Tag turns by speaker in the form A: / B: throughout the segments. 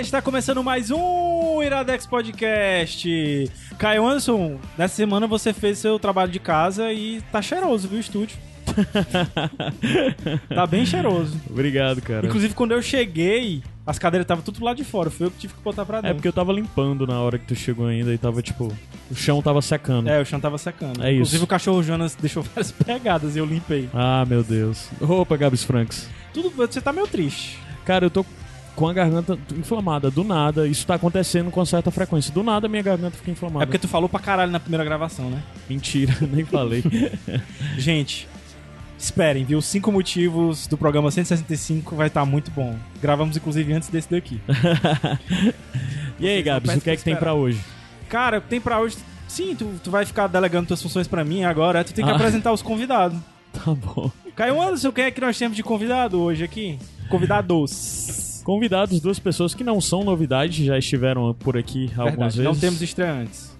A: Está começando mais um Iradex Podcast. Caio Anderson, nessa semana você fez seu trabalho de casa e tá cheiroso, viu, o estúdio? tá bem cheiroso.
B: Obrigado, cara.
A: Inclusive, quando eu cheguei, as cadeiras estavam tudo lá de fora. Foi eu que tive que botar pra
B: É
A: dentro.
B: porque eu tava limpando na hora que tu chegou ainda e tava tipo. O chão tava secando.
A: É, o chão tava secando.
B: É isso.
A: Inclusive, o cachorro Jonas deixou várias pegadas e eu limpei.
B: Ah, meu Deus. Opa, Gabs Franks.
A: Tudo, você tá meio triste.
B: Cara, eu tô com a garganta inflamada do nada. Isso tá acontecendo com certa frequência. Do nada minha garganta fica inflamada.
A: É porque tu falou pra caralho na primeira gravação, né?
B: Mentira, nem falei.
A: Gente, esperem, viu? Cinco motivos do programa 165 vai estar muito bom. Gravamos, inclusive, antes desse daqui.
B: e aí, Gabs, o que é que tem pra hoje?
A: Cara, tem pra hoje. Sim, tu, tu vai ficar delegando tuas funções pra mim agora. Tu tem que
B: Ah.
A: apresentar os convidados.
B: Tá bom.
A: Caio Anderson, quem é que nós temos de convidado hoje aqui? Convidados.
B: Convidados, duas pessoas que não são novidade, já estiveram por aqui algumas
A: Verdade,
B: vezes.
A: não temos estreantes.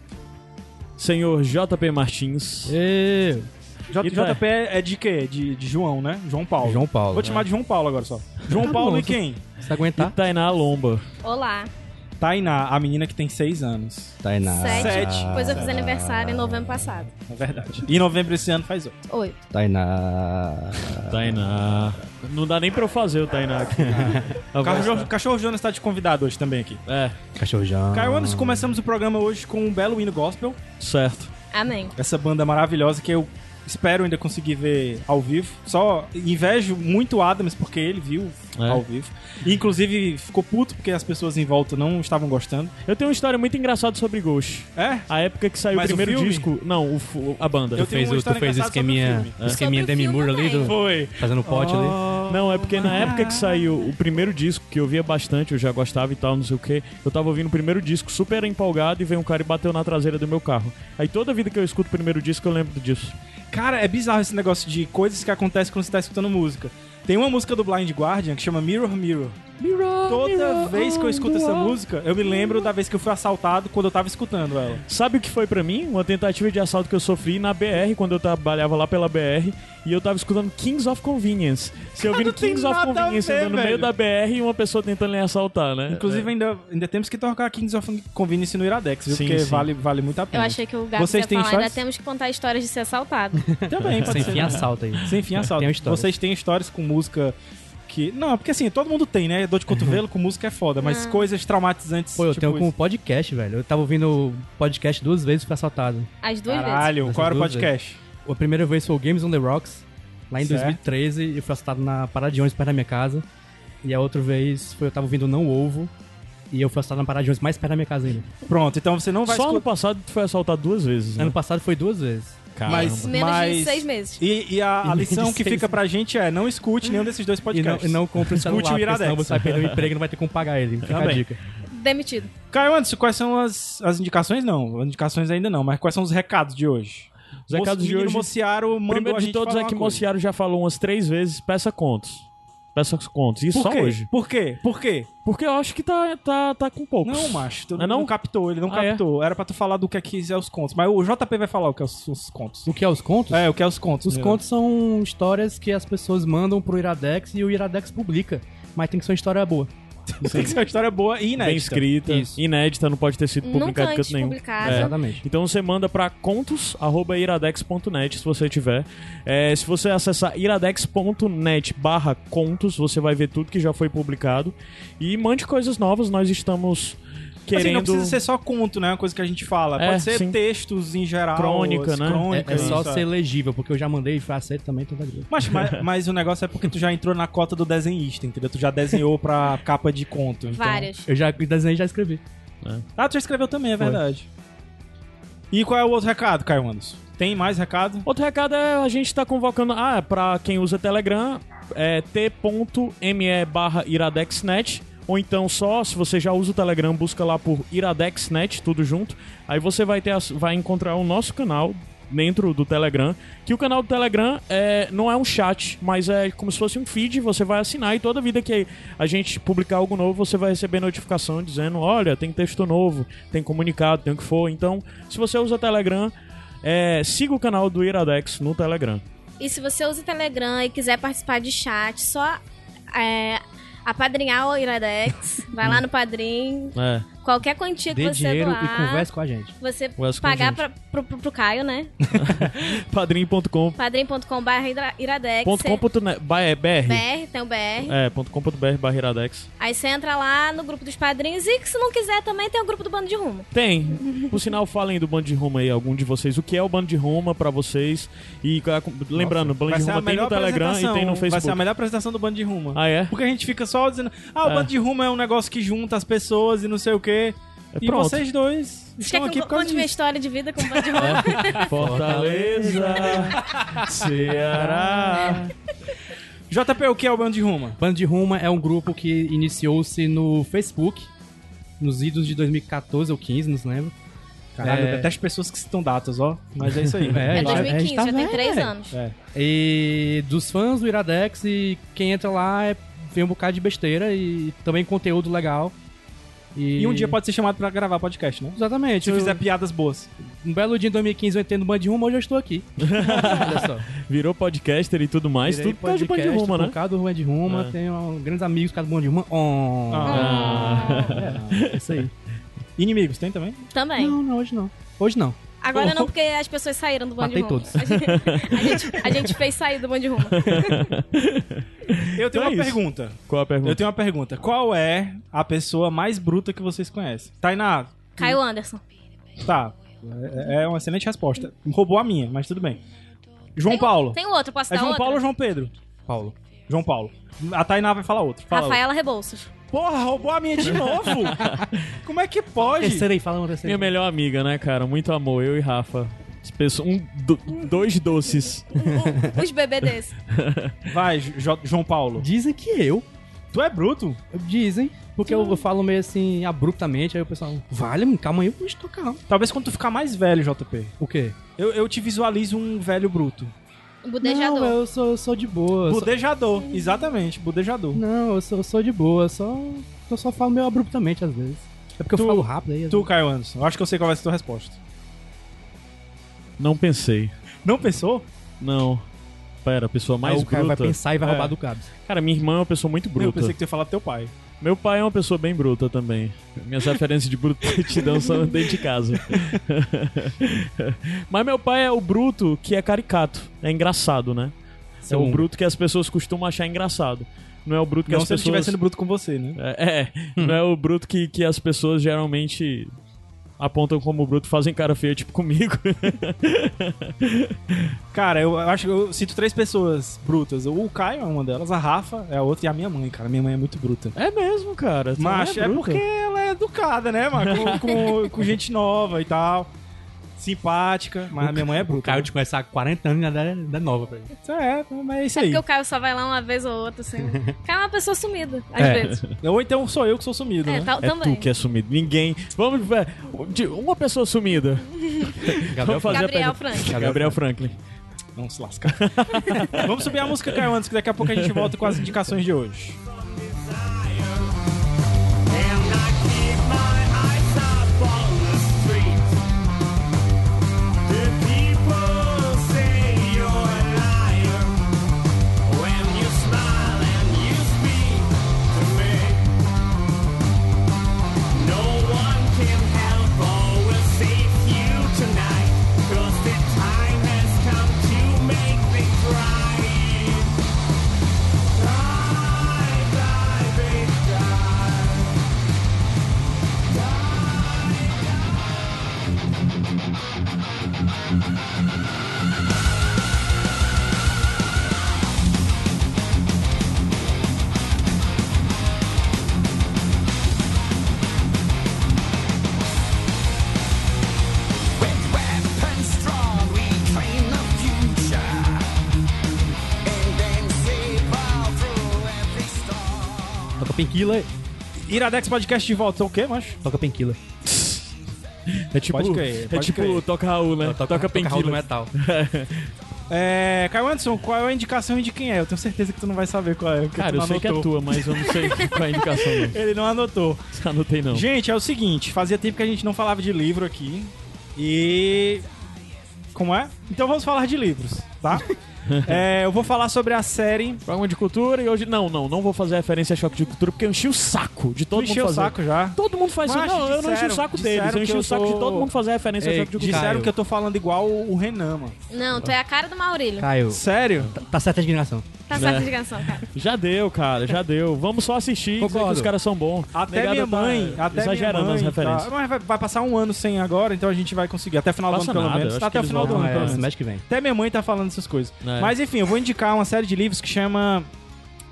B: Senhor JP Martins.
C: E...
A: J
B: E tu é? né?
A: JP é de quê? De, de João, né? João Paulo.
C: João Paulo.
A: Vou te chamar de João Paulo agora só. João
C: Tá
A: Paulo
C: bom,
A: e quem?
C: Se
B: E
A: tá?
C: aguentar.
B: Tainá Lomba.
D: Olá,
A: Tainá, a menina que tem seis anos.
C: Tainá.
D: sete.
A: Sete.
B: Ah.
D: Pois eu fiz aniversário em novembro passado.
A: É verdade. E em novembro desse ano faz oito.
D: Oito.
C: Tainá.
B: Tainá. Não dá nem pra eu fazer o Tainá aqui. A voz
A: Cachorro, Cachorro Jonas tá de convidado hoje também aqui.
B: tá- É,
C: Cachorrão.
A: Caio Anderson, começamos o programa hoje com um belo hino gospel.
B: certo.
D: Amém.
A: essa banda maravilhosa que eu espero ainda conseguir ver ao vivo. Só invejo muito o Adams porque ele viu
B: É.
A: ao vivo. E, inclusive ficou puto porque as pessoas em volta não estavam gostando.
B: Eu tenho uma história muito engraçada sobre Ghost.
A: É?
B: A época que saiu
A: Mas
B: o
A: o
B: primeiro
A: filme?
B: disco. Não, o fu- a banda.
A: Eu
C: Tu fez,
A: Tem uma
C: o- tu
A: história
C: fez o
A: engraçada sobre o
C: esqueminha,
A: filme. Oh,
C: o É, esqueminha
D: Sobre o
C: Demi
D: filme
C: Moore ali, do-
A: Foi.
C: fazendo pote ali.
B: Não, é porque na época que saiu o primeiro disco, que eu via bastante, eu já gostava e tal, não sei o que, eu tava ouvindo o primeiro disco super empolgado e veio um cara e bateu na traseira do meu carro. Aí toda vida que eu escuto o primeiro disco, eu lembro disso.
A: Cara, é bizarro esse negócio de coisas que acontecem quando você tá escutando música. Tem uma música do Blind Guardian que chama Mirror Mirror. Toda vez que eu escuto essa música, eu me lembro da vez que eu fui assaltado quando eu tava escutando ela.
B: Sabe o que foi pra mim? Uma tentativa de assalto que eu sofri na BR, quando eu trabalhava lá pela BR, e eu tava escutando Kings of Convenience. Se
A: Cara,
B: eu ouvindo
A: não tem
B: Kings of
A: nada a
B: Convenience
A: ver,
B: andando no meio
A: velho.
B: da BR e uma pessoa tentando lhe assaltar,
C: É,
B: né?
A: Inclusive, ainda, ainda temos que tocar Kings of Convenience no Iradex, viu?
B: Sim,
A: Porque
B: sim.
A: Vale, vale muito a
D: Eu
A: pena.
D: achei que o Gabs
A: Vocês
D: ia
A: têm
D: falar, ainda
A: histórias?
D: temos que contar histórias de ser assaltado.
A: Também, pode
C: Sem
A: ser.
C: fim, assalto aí.
A: Sem fim assalto.
C: Tem uma história.
A: Vocês têm histórias com música que. Não, porque assim, todo mundo tem, né? Dor de cotovelo com música é foda, mas coisas traumatizantes.
C: Uhum. Pô, eu
A: tipo
C: tenho com
A: isso.
C: podcast, velho. Eu tava ouvindo o podcast duas vezes e fui assaltado.
D: As duas vezes.
A: Caralho,
C: vezes.
A: qual era o
C: Essas duas
A: podcast?
C: A primeira vez foi o Games on the Rocks, lá em
A: Certo.
C: 2013, e eu fui assaltado na Parada de ônibus perto da minha casa. E a outra vez foi eu tava ouvindo Não Ovo, e eu fui assaltado na Parada de ônibus mais perto da minha casa ainda.
A: Pronto, então você não vai
B: Só ano
A: escutar.
B: passado tu foi assaltado duas vezes,
A: Uhum.
B: né?
C: Ano passado foi duas vezes.
A: Mas,
D: Menos
A: mas...
D: de seis meses.
A: E, e a, a lição que
C: seis
A: fica pra gente é: não escute nenhum desses dois
C: E não,
A: podcasts.
C: e não compre o celular,
A: Escute o
C: porque
A: Iradex. Tá
C: senão você vai perder o emprego e não vai ter como pagar ele. Fica a
A: Também.
C: dica.
D: Demitido.
A: Caio Anderson, quais são as, as indicações? Não, as indicações ainda não, mas quais são os recados de hoje?
B: Os recados
A: Moço-
B: de
A: menino
B: hoje-
A: Mociaro mandou
B: Primeiro
A: a
B: de
A: gente
B: todos
A: falar
B: é que
A: uma coisa.
B: Mociaro já falou umas três vezes, peça contos. Peça contos. E
A: Por
B: só
A: quê?
B: hoje.
A: Por quê? Por quê?
B: Porque eu acho que tá, tá, tá com poucos.
A: Não, macho, tu
B: Ah, não?
A: não captou, ele não
B: Ah, é?
A: captou. Era pra tu falar do que é que é os contos. Mas o JP vai falar o que é os, os contos.
C: O que é os contos?
A: É, o que é os contos.
C: Os
A: né?
C: contos são histórias que as pessoas mandam pro Iradex e o Iradex publica. Mas tem que ser uma história boa.
A: Tem que ser uma história boa e
B: Bem
A: inédita.
B: escrita,
C: Isso.
B: inédita, não pode ter sido publicada
D: Nunca
B: em
A: tá,
D: antes
B: canto nenhum.
D: publicado.
B: É.
C: Exatamente.
B: Então você manda pra contos@iradex.net se você tiver. É, se você acessar iradex.net barra contos, você vai ver tudo que já foi publicado. E mande coisas novas, nós estamos
A: Assim, não
B: querendo...
A: precisa ser só conto, né? Uma coisa que a gente fala.
B: É,
A: Pode ser
B: sim.
A: textos em geral.
B: Crônica,
A: as
B: né?
C: É, é
A: Crônicas,
C: só
A: sabe?
C: ser legível, porque eu já mandei e foi aceito também, então tá de boa.
A: Mas, mas, mas o negócio é porque tu já entrou na cota do desenhista, entendeu? Tu já desenhou pra capa de conto. então-
D: Várias.
C: Eu já desenhei e já escrevi.
A: Ah, tu já escreveu também, é verdade. E qual é o outro recado, Caio Anderson? Tem mais recado?
B: Outro recado é a gente tá convocando. Ah, pra quem usa Telegram, é t.me barra iradexnet. Ou então só, se você já usa o Telegram, busca lá por iradexnet, tudo junto. Aí você vai, ter, as- vai encontrar o nosso canal dentro do Telegram. Que o canal do Telegram é, não é um chat, mas é como se fosse um feed. Você vai assinar e toda vida que a gente publicar algo novo, você vai receber notificação dizendo: olha, tem texto novo, tem comunicado, tem o que for. Então, se você usa Telegram, é, siga o canal do Iradex no Telegram.
D: E se você usa o Telegram e quiser participar de chat, só é, apadrinhar o Iradex. vai lá no Padrim.
B: É.
D: Qualquer quantia que
C: Dê
D: você
C: dinheiro
D: doar.
C: e converse com a gente.
D: Você
B: Conversa com a
D: pagar
B: gente.
D: pra, pro, pro, pro Caio, né?
B: Padrim.com.
D: padrim.com.br iradex.
B: Ponto com ponto ne- ba- é, BR.
D: BR, tem o BR.
B: É, ponto com ponto BR barra Iradex.
D: Aí você entra lá no grupo dos padrinhos e se não quiser também tem o grupo do Bando de Rumo.
B: Tem. Por sinal, falem do Bando de Roma aí, algum de vocês. O que é o Bando de Roma pra vocês? E a- lembrando, o Bando
A: Vai
B: de
A: ser a
B: Roma tem
A: melhor
B: no Telegram e
A: apresentação.
B: tem no
A: Vai ser a
B: Facebook.
A: melhor apresentação do Bando de Ruma.
B: Ah, é?
A: Porque a gente fica só dizendo, ah, o
B: É.
A: Bando de Ruma é um negócio que junta as pessoas e não sei o quê.
B: É,
A: e
B: pronto.
A: vocês dois
D: Quer
A: estão
D: que
A: aqui
D: eu
A: por causa
D: conte minha
A: disso.
D: história de vida com o Bando de Rumo?
B: Fortaleza, Ceará.
A: JP, o que é o Bando de Ruma?
C: Bando de Ruma é um grupo que iniciou-se no Facebook, nos idos de 2014 ou 15, não se lembro.
A: Caralho,
C: É.
A: até as pessoas que citam datas, ó. Mas é isso aí.
C: É,
D: É
C: a gente- a gente
D: 2015,
C: tá
D: já tem
C: velho,
D: três
C: velho.
D: anos.
A: É.
C: E dos fãs do Iradex, e quem entra lá é, vem um bocado de besteira e também conteúdo legal. E,
A: E um dia pode ser chamado pra gravar podcast, né?
C: Exatamente.
A: Se
C: eu-
A: fizer piadas boas.
C: Um belo dia em 2015 eu entrei no Band Rumo, hoje eu estou aqui. Olha só.
B: Virou podcaster e tudo mais.
C: Virei
B: tudo tá de Bando de
C: podcast,
B: Ruma,
C: Por
B: né?
C: causa do Band Rumo,
B: É.
C: tenho ó, grandes amigos por causa do Band Rumo. Oh.
B: Ah.
A: É, isso aí. Inimigos, tem também?
D: Também.
C: Não, não, hoje não. Hoje não.
D: Agora não, porque as pessoas saíram do Bando de
C: Matei
D: Rumo.
C: todos.
D: A gente, a gente- a gente fez sair do Bando de Rumo.
A: Eu tenho
B: Então é
A: uma
B: isso.
A: pergunta.
B: Qual a pergunta?
A: Eu tenho uma pergunta. Qual é a pessoa mais bruta que vocês conhecem? Tainá,
D: Caio Anderson.
A: tá. É, é uma excelente resposta. Roubou a minha, mas tudo bem. João
D: Tem o-
A: Paulo.
D: Tem um outro, posso
A: É
D: dar
A: João
D: outro?
A: Paulo ou João Pedro?
C: Paulo.
A: João Paulo. A Tainá vai falar outro. Fala
D: Rafaela Rebouças.
A: outro. Porra, roubou a minha de novo? Como é que pode?
C: Terceira aí, fala uma
B: Minha
C: terceira. aí.
B: melhor amiga, né, cara? Muito amor, eu e Rafa. As pessoas- Um, do- dois doces.
D: O- os bebês desse.
A: Vai, Jo- João Paulo.
C: Dizem que eu.
A: Tu é bruto?
C: Dizem. Porque eu, eu falo meio assim, abruptamente, aí o pessoal, vale, mano, calma aí, eu vou estou calmo.
A: Talvez quando tu ficar mais velho, JP.
C: O quê?
A: Eu, eu te visualizo um velho bruto.
D: O budejador. É
C: Não, é eu sou, eu sou de boa. eu sou-
A: Budejador, exatamente, budejador.
C: Não, eu sou, eu sou de boa, só. Eu só falo meio abruptamente às vezes. É porque
A: Tu-
C: eu falo rápido aí. às
A: Tu, Caio Anderson, eu acho que eu sei qual vai ser a tua resposta.
B: Não pensei.
A: Não pensou?
B: Não. Pera, a pessoa
C: Aí
B: mais
C: o cara
B: bruta.
C: vai pensar e vai
A: É.
C: roubar do Cabs.
B: Cara, minha irmã é uma pessoa muito
A: Eu
B: bruta.
A: pensei que tu ia falar do teu pai.
B: Meu pai é uma pessoa bem bruta também. Minhas referências de brutidão são dentro de casa. Mas meu pai é o bruto que é caricato. É engraçado, né? É o
C: Sim.
B: bruto que as pessoas costumam achar engraçado. Não é o bruto que
A: não
B: as
A: se ele estivesse
B: pessoas.
A: sendo bruto com você, né?
B: É, é. não é o bruto que, que as pessoas geralmente apontam como bruto, fazem cara feia, tipo comigo.
A: Cara, eu acho que eu cito três pessoas brutas. O Caio é uma delas, a Rafa é a outra e a minha mãe, cara. Minha mãe é muito bruta.
B: É mesmo, cara. Tu não
A: Macho, é,
B: bruto?
A: porque ela é educada, né, mano? Com, com- com gente nova e tal. Simpática, mas a minha mãe é bruta.
C: O Caio te conhece há 40 anos e ainda é- ainda é nova pra ele.
A: Isso É, mas é isso
D: É
A: aí.
D: porque o Caio só vai lá uma vez ou outra, assim. Caio é uma pessoa sumida, às
C: É.
D: vezes.
A: Ou então sou eu que sou sumido,
D: É,
A: né?
D: tal-
B: É
D: também.
B: tu que é sumido. Ninguém. Vamos ver. de Uma pessoa sumida.
C: Gabriel
B: Vamos fazer
D: Gabriel
B: a pergunta.
D: Frank.
B: Gabriel Franklin.
A: Não se lasca. Vamos subir a música, Caio Anderson, que daqui a pouco a gente volta com as indicações de hoje.
E: And I keep my eyes up on the street. The people say you're a liar when you smile and you speak to me. No one can help or will save you tonight. 'Cause the time has come to make me cry. Cry, cry, baby, cry. Wait, wait.
C: penquila,
A: Iradex Podcast de volta. É O quê, macho?
C: toca penquila.
B: É tipo,
A: Pode crer,
B: é
A: pode
B: tipo
A: crer.
B: toca Raul, né? Toca, toca
C: rock
B: penquila.
C: metal.
A: É, Caio Anderson, qual é a indicação e de quem é? Eu tenho certeza que tu não vai saber qual é. porque
B: Cara,
A: tu
B: eu
A: não
B: sei que é
A: anotou.
B: tua, mas eu não sei qual é a indicação. Não.
A: Ele não anotou.
B: Anotei não.
A: Gente, é o seguinte, fazia tempo que a gente não falava de livro aqui. E. Como é? Então vamos falar de livros, tá? É, eu vou falar sobre a série.
B: Programa de cultura e hoje. Não, não, não vou fazer referência a choque de cultura porque eu enchi o saco de todo
A: Tu
B: mundo
A: encheu o
B: fazer.
A: saco já.
B: Todo mundo faz isso.
A: Mas
B: Não, eu não enchi o
A: disseram-
B: saco
A: disseram
B: deles. Eu enchi
A: que
B: o
A: eu
B: saco de
A: sou-
B: todo mundo fazer referência
C: Ei,
B: a choque de cultura.
A: Disseram
C: Caio.
A: que eu tô falando igual o Renan, mano.
D: Não, tu é a cara do Maurílio.
C: Caio,
A: Sério?
C: tá- tá certa a indignação.
D: Tá certa a indicação, cara.
B: Já deu, cara, já deu. Vamos só assistir e dizer que
C: Concordo.
B: os caras são bons.
A: Até
B: Negada
A: minha
B: tá
A: mãe. até
B: exagerando
A: minha mãe,
B: as
A: tá.
B: referências.
A: Mas vai, vai passar um ano sem agora, então a gente vai conseguir. Até final do
B: Passa
A: ano, pelo
B: nada,
A: menos.
B: acho
A: Tá
B: que
A: até o
B: eles
A: final do
B: voltam,
A: ano,
C: Não,
A: pelo
C: é,
A: menos.
C: semestre que vem.
A: Até minha mãe tá falando essas coisas.
B: É.
A: Mas enfim, eu vou indicar uma série de livros que chama.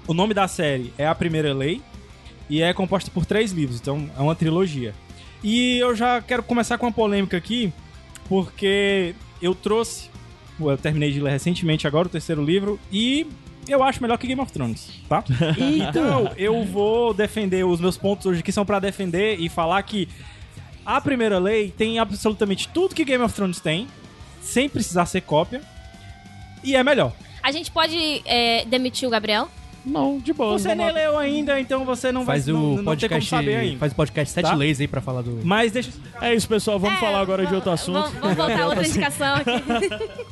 A: O nome da série é A Primeira Lei e é composta por três livros, então é uma trilogia. E eu já quero começar com uma polêmica aqui, porque eu trouxe. Eu terminei de ler recentemente agora o terceiro livro e eu acho melhor que Game of Thrones, tá? então eu vou defender os meus pontos hoje que são pra defender e falar que a primeira lei tem absolutamente tudo que Game of Thrones tem, sem precisar ser cópia. E é melhor.
D: A gente pode é, demitir o Gabriel?
B: Não, de boa.
A: Você
B: não
A: nem
B: nota.
A: leu ainda, então você não
C: Faz
A: vai não,
C: o
A: não tem como
C: podcast.
A: saber ainda.
C: Faz o podcast Sete
A: Tá?
C: Leis aí pra falar do.
A: Mas deixa eu explicar.
B: É isso, pessoal. Vamos
D: É,
B: falar agora de outro assunto.
D: Vamos, vamos voltar
A: É,
D: a
A: assim,
D: outra indicação aqui.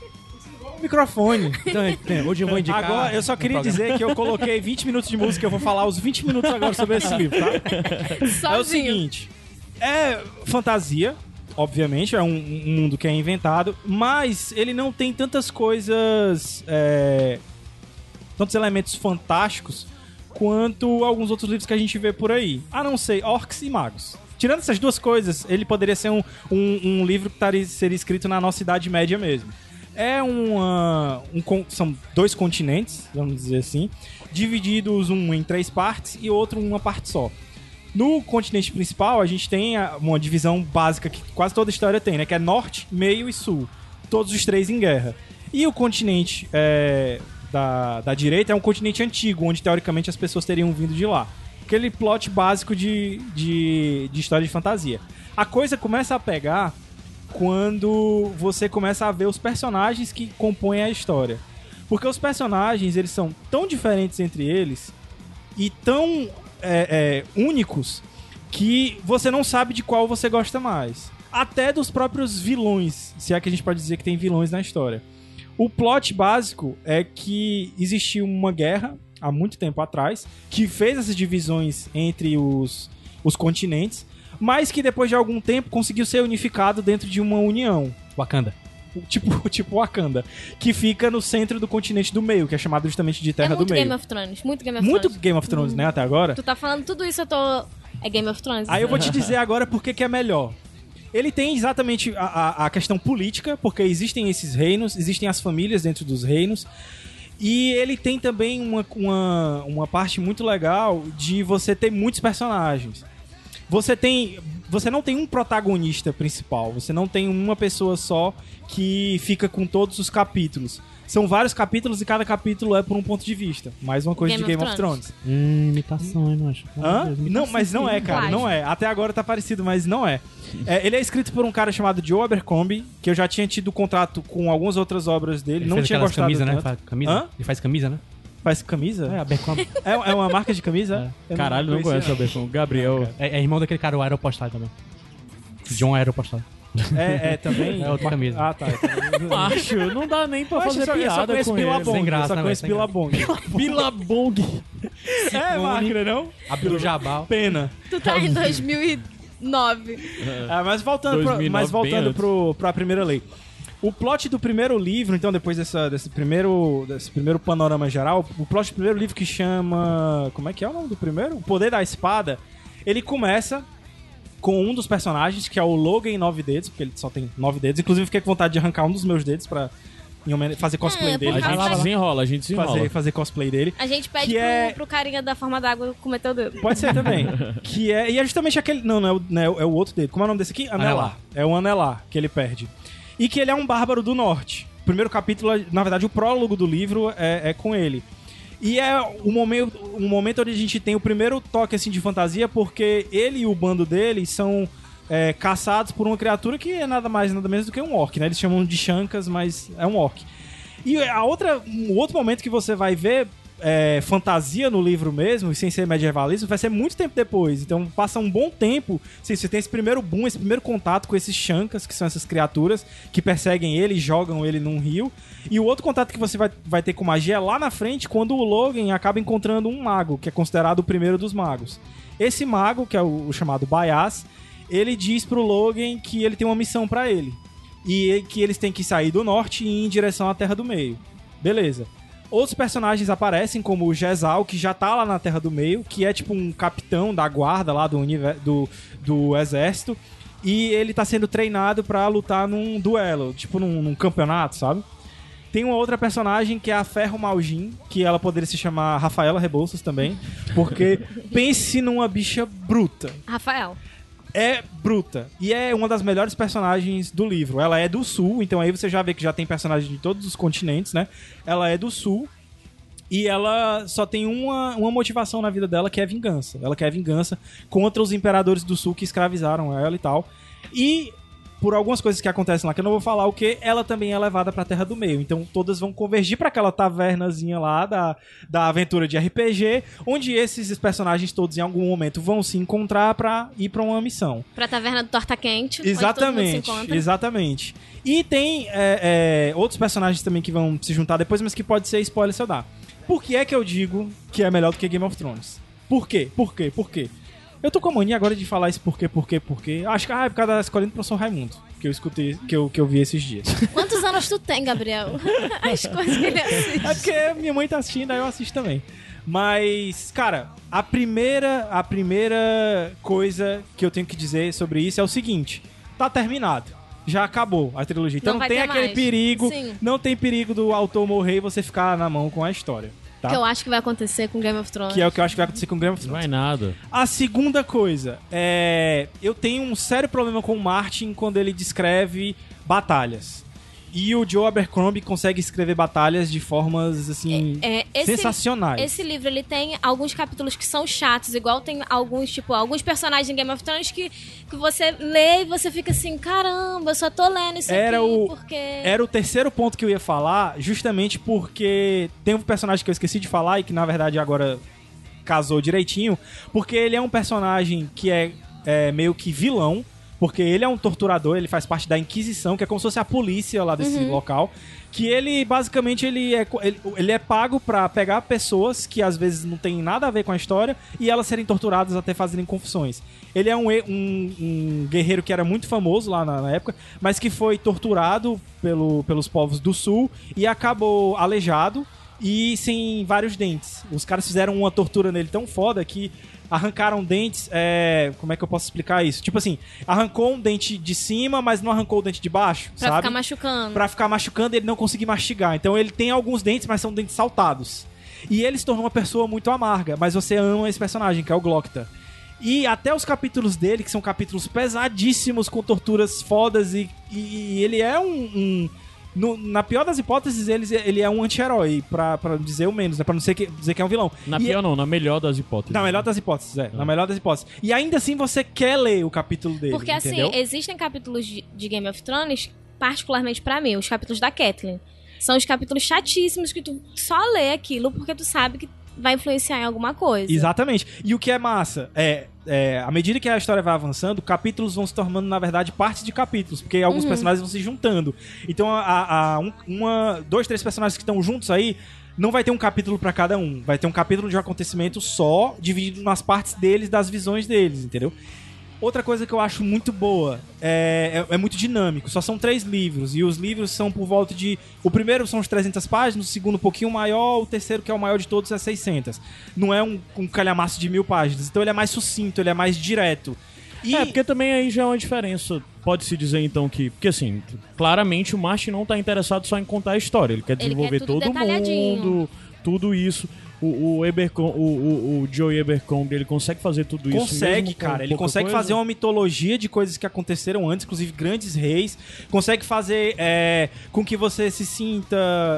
A: o microfone.
C: Então, é, hoje eu vou indicar.
A: Agora, eu só
C: um
A: queria
C: programa.
A: dizer que eu coloquei 20 minutos de música, eu vou falar os 20 minutos agora sobre esse livro, tá? É o
D: Sozinho.
A: seguinte: é fantasia, obviamente, é um, um mundo que é inventado, mas ele não tem tantas coisas. é, tantos elementos fantásticos quanto alguns outros livros que a gente vê por aí. A não ser orcs e magos. Tirando essas duas coisas, ele poderia ser um, um, um livro que estaria, seria escrito na nossa Idade Média mesmo. É uma, um. con- São dois continentes, vamos dizer assim, divididos um em três partes e outro uma parte só. No continente principal, a gente tem a- uma divisão básica que quase toda história tem, né? Que é norte, meio e sul. Todos os três em guerra. E o continente é, da, da direita é um continente antigo, onde teoricamente as pessoas teriam vindo de lá. Aquele plot básico de, de, de história de fantasia. A coisa começa a pegar quando você começa a ver os personagens que compõem a história. Porque os personagens, eles são tão diferentes entre eles e tão é, é, únicos que você não sabe de qual você gosta mais. Até dos próprios vilões, se é que a gente pode dizer que tem vilões na história. O plot básico é que existiu uma guerra há muito tempo atrás que fez essas divisões entre os, os continentes, mas que depois de algum tempo conseguiu ser unificado dentro de uma união
C: Wakanda.
A: tipo, tipo Wakanda, que fica no centro do continente do meio, que é chamado justamente de Terra
D: é muito
A: do Meio.
D: Game of Thrones, muito Game of
A: muito
D: Thrones.
A: Game of Thrones, né, até agora.
D: Tu tá falando tudo isso, eu tô... É Game of Thrones?
A: Aí eu vou te dizer agora por que que é melhor. Ele tem exatamente a, a- a questão política, porque existem esses reinos, existem as famílias dentro dos reinos. E ele tem também uma, uma, uma parte muito legal de você ter muitos personagens. Você tem. Você não tem um protagonista principal, você não tem uma pessoa só que fica com todos os capítulos. São vários capítulos e cada capítulo é por um ponto de vista. Mais uma coisa
D: Game
A: de Game
D: of
A: of
D: Thrones.
A: Thrones.
C: Hum, imitação, hein, macho?
A: Hã? Não, mas não é, cara,
D: Vai.
A: não é. Até agora tá parecido, mas não é. É, Ele é escrito por um cara chamado Joe Abercrombie, que eu já tinha tido contrato com algumas outras obras dele,
C: Ele
A: não
C: fez
A: tinha
C: aquelas
A: gostado
C: camisa,
A: tanto.
C: né? Faz camisa?
A: Hã?
C: Ele faz camisa, né?
A: Faz camisa?
C: Abercrombie.
A: É, é uma marca de camisa? Eu não
B: Caralho, não
A: conhecia,
B: conheço a Becon. Gabriel.
C: É, é irmão daquele cara, o Aeropostal também. John Aeropostal.
A: não. É, é, também.
C: É outra camisa.
A: Ah, tá.
B: Macho, não dá nem pra
A: Eu acho que
B: fazer
A: só, eu só conheço
B: piada com ele.
A: Pilabong.
C: Sem graça,
A: eu só
C: né,
A: conheço
C: sem graça.
A: Pilabong.
B: Bilabong.
A: é, marca, não?
C: Abdul Jabal.
A: Pena.
D: Tu tá em 2009.
A: Ah, mas voltando, pro,
B: 2009
A: mas
B: bem
A: voltando
B: antes.
A: pro, pra primeira lei. O plot do primeiro livro, então, depois dessa, desse, primeiro, desse primeiro panorama geral, o plot do primeiro livro que chama. Como é que é o nome do primeiro? O Poder da Espada. Ele começa com um dos personagens, que é o Logan Nove Dedos, porque ele só tem nove dedos. Inclusive, eu fiquei com vontade de arrancar um dos meus dedos pra em homena- fazer cosplay
D: Ah, é por
A: dele.
B: A
D: Vai lá, vai
B: gente
D: lá.
B: desenrola, a gente desenrola.
A: Fazer, fazer cosplay dele.
D: A gente pede
A: Que
D: pro,
A: é-
D: pro carinha da forma d'água comer teu dedo.
A: Pode ser também. que é, e é justamente aquele. Não, não é, o, não é o- é o outro dele. Como é o nome desse aqui? Anelar.
C: Anelar.
A: É o Anelar que ele perde. E que ele é um bárbaro do norte. O primeiro capítulo, na verdade, o prólogo do livro é, é com ele. E é o momento, o momento onde a gente tem o primeiro toque assim de fantasia, porque ele e o bando dele são é, caçados por uma criatura que é nada mais nada menos do que um orc, né? Eles chamam de chancas, mas é um orc. E a outra, um outro momento que você vai ver é, fantasia no livro mesmo, e sem ser medievalismo, vai ser muito tempo depois. Então passa um bom tempo, assim, você tem esse primeiro boom, esse primeiro contato com esses chancas, que são essas criaturas que perseguem ele e jogam ele num rio. E o outro contato que você vai, vai ter com magia é lá na frente, quando o Logan acaba encontrando um mago, que é considerado o primeiro dos magos. Esse mago, que é o, o chamado Baias, ele diz pro Logan que ele tem uma missão pra ele. E é que eles têm que sair do norte e ir em direção à Terra do Meio. Beleza. Outros personagens aparecem, como o Jezal, que já tá lá na Terra do Meio, que é tipo um capitão da guarda lá do, univer- do, do exército. E ele tá sendo treinado pra lutar num duelo, tipo num, num campeonato, sabe? Tem uma outra personagem que é a Ferro Maljin, que ela poderia se chamar Rafaela Rebouças também, porque pense numa bicha bruta
D: Rafael.
A: é bruta. E é uma das melhores personagens do livro. Ela é do sul, então aí você já vê que já tem personagens de todos os continentes, né? Ela é do sul. E ela só tem uma, uma motivação na vida dela, que é vingança. Ela quer vingança contra os imperadores do sul que escravizaram ela e tal. E por algumas coisas que acontecem lá, que eu não vou falar o que, ela também é levada pra Terra do Meio. Então todas vão convergir pra aquela tavernazinha lá da, da aventura de RPG, onde esses personagens todos em algum momento vão se encontrar pra ir pra uma missão.
D: Pra taverna do Torta Quente. onde
A: Exatamente,
D: todo mundo se encontra.
A: exatamente. E tem é, é, outros personagens também que vão se juntar depois, mas que pode ser spoiler se eu dar. Por que é que eu digo que é melhor do que Game of Thrones? Por quê? Por quê? Por quê? Eu tô com a mania agora de falar isso por quê, por quê, por quê. Acho que ah, é por causa da escolha do professor Raimundo, que eu escutei, que eu, que eu vi esses dias.
D: Quantos anos tu tem, Gabriel? As coisas que ele assiste.
A: É porque minha mãe tá assistindo, aí eu assisto também. Mas, cara, a primeira, a primeira coisa que eu tenho que dizer sobre isso é o seguinte: tá terminado. Já acabou a trilogia. Então
D: Não
A: não,
D: vai
A: tem
D: ter
A: aquele
D: mais.
A: perigo,
D: Sim.
A: não tem perigo do autor morrer e você ficar na mão com a história. Tá?
D: Que eu acho que vai acontecer com Game of Thrones.
A: Que é o que eu acho que vai acontecer com o Game of Thrones.
B: Não é nada.
A: A segunda coisa é. Eu tenho um sério problema com o Martin quando ele descreve batalhas. E o Joe Abercrombie consegue escrever batalhas de formas, assim.
D: É, esse,
A: sensacionais.
D: esse livro ele tem alguns capítulos que são chatos, igual tem alguns, tipo, alguns personagens em Game of Thrones que, que você lê e você fica assim, caramba, eu só tô lendo isso
A: Era
D: aqui
A: o-
D: porque.
A: Era o terceiro ponto que eu ia falar, justamente porque tem um personagem que eu esqueci de falar e que na verdade agora casou direitinho, porque ele é um personagem que é, é, meio que vilão, porque ele é um torturador, ele faz parte da Inquisição, que é como se fosse a polícia lá desse local, que ele basicamente ele é, co- ele, ele é pago pra pegar pessoas que às vezes não tem nada a ver com a história e elas serem torturadas até fazerem confissões. Ele é um, e- um- um guerreiro que era muito famoso lá na, na época, mas que foi torturado pelo, pelos povos do sul e acabou aleijado e sem vários dentes. Os caras fizeram uma tortura nele tão foda que arrancaram dentes. é, como é que eu posso explicar isso? Tipo assim, arrancou um dente de cima, mas não arrancou o dente de baixo,
D: Pra
A: sabe?
D: ficar machucando.
A: Pra ficar machucando e ele não conseguir mastigar. Então ele tem alguns dentes, mas são dentes saltados. E ele se tornou uma pessoa muito amarga, mas você ama esse personagem, que é o Glockta. E até os capítulos dele, que são capítulos pesadíssimos, com torturas fodas, e, e- e ele é um. um- no- na pior das hipóteses, ele, ele é um anti-herói, pra, pra dizer o menos, né? Pra não ser que, dizer que é um vilão.
B: Na
A: E-
B: pior Ah. não, na melhor das hipóteses.
A: na melhor das hipóteses, é. Na melhor das hipóteses. E ainda assim você quer ler o capítulo dele.
D: Porque
A: entendeu?
D: assim, existem capítulos de, de Game of Thrones, particularmente pra mim, os capítulos da Catelyn. São os capítulos chatíssimos que tu só lê aquilo porque tu sabe que vai influenciar em alguma coisa.
A: Exatamente. E o que é massa é, é, à medida que a história vai avançando, capítulos vão se tornando, na verdade, partes de capítulos, porque alguns personagens vão se juntando. Então, a, a- um- uma, dois, três personagens que estão juntos aí. Não vai ter um capítulo pra cada um, vai ter um capítulo de um acontecimento só, dividido nas partes deles, das visões deles, entendeu? Outra coisa que eu acho muito boa é, é, é muito dinâmico. Só são três livros. E os livros são por volta de. O primeiro são os 300 páginas, o segundo um pouquinho maior, o terceiro, que é o maior de todos, é 600. Não é um, um calhamaço de mil páginas. Então ele é mais sucinto, ele é mais direto. E
B: É, porque também aí já é uma diferença. Pode-se dizer então que. Porque assim, claramente o Martin não tá interessado só em contar a história. Ele quer
D: Ele quer
B: desenvolver
D: tudo
B: todo
D: detalhadinho.
B: mundo, tudo isso. o, o, Ebercom, o, o, o Joey Ebercombe, ele consegue fazer tudo isso?
A: Consegue,
B: mesmo com
A: cara. Ele
B: pouca
A: consegue
B: coisa?
A: fazer uma mitologia de coisas que aconteceram antes, inclusive grandes reis. Consegue fazer é, com que você se sinta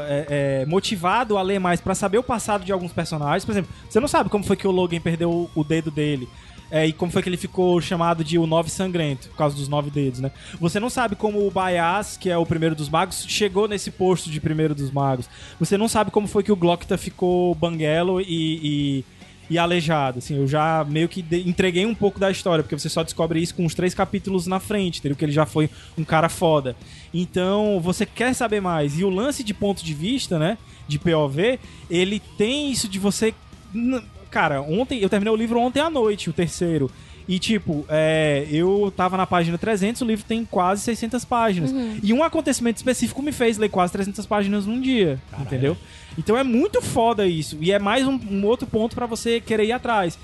A: é, é, motivado a ler mais pra saber o passado de alguns personagens. Por exemplo, você não sabe como foi que o Logan perdeu o- o dedo dele. é, e como foi que ele ficou chamado de o Nove Sangrento, por causa dos nove dedos, né? Você não sabe como o Baias, que é o primeiro dos magos, chegou nesse posto de primeiro dos magos. Você não sabe como foi que o Glockta ficou banguelo e- e e aleijado. Assim, eu já meio que de- entreguei um pouco da história, porque você só descobre isso com uns três capítulos na frente, entendeu? Que ele já foi um cara foda. Então, você quer saber mais. E o lance de ponto de vista, né? De POV, ele tem isso de você. N- Cara, ontem. Eu terminei o livro ontem à noite, o terceiro. E, tipo, é, eu tava na página 300, o livro tem quase 600 páginas. E um acontecimento específico me fez ler quase 300 páginas num dia, entendeu? Então é muito foda isso. E é mais um, um outro ponto pra você querer ir atrás.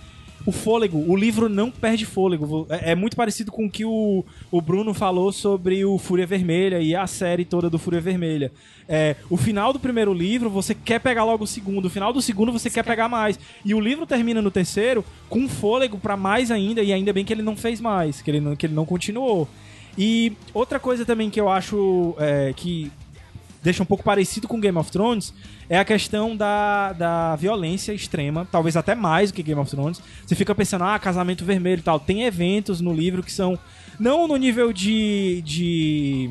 A: O fôlego, o livro não perde fôlego. Vo- É, é muito parecido com o que o, o Bruno falou sobre o Fúria Vermelha e a série toda do Fúria Vermelha. É, o final do primeiro livro, você quer pegar logo o segundo. O final do segundo, você quer pegar mais. E o livro termina no terceiro com fôlego pra mais ainda. E ainda bem que ele não fez mais, que ele não, que ele não continuou. E outra coisa também que eu acho é, que deixa um pouco parecido com Game of Thrones é a questão da, da violência extrema, talvez até mais do que Game of Thrones. Você fica pensando, ah, casamento vermelho e tal. Tem eventos no livro que são. Não no nível de. de.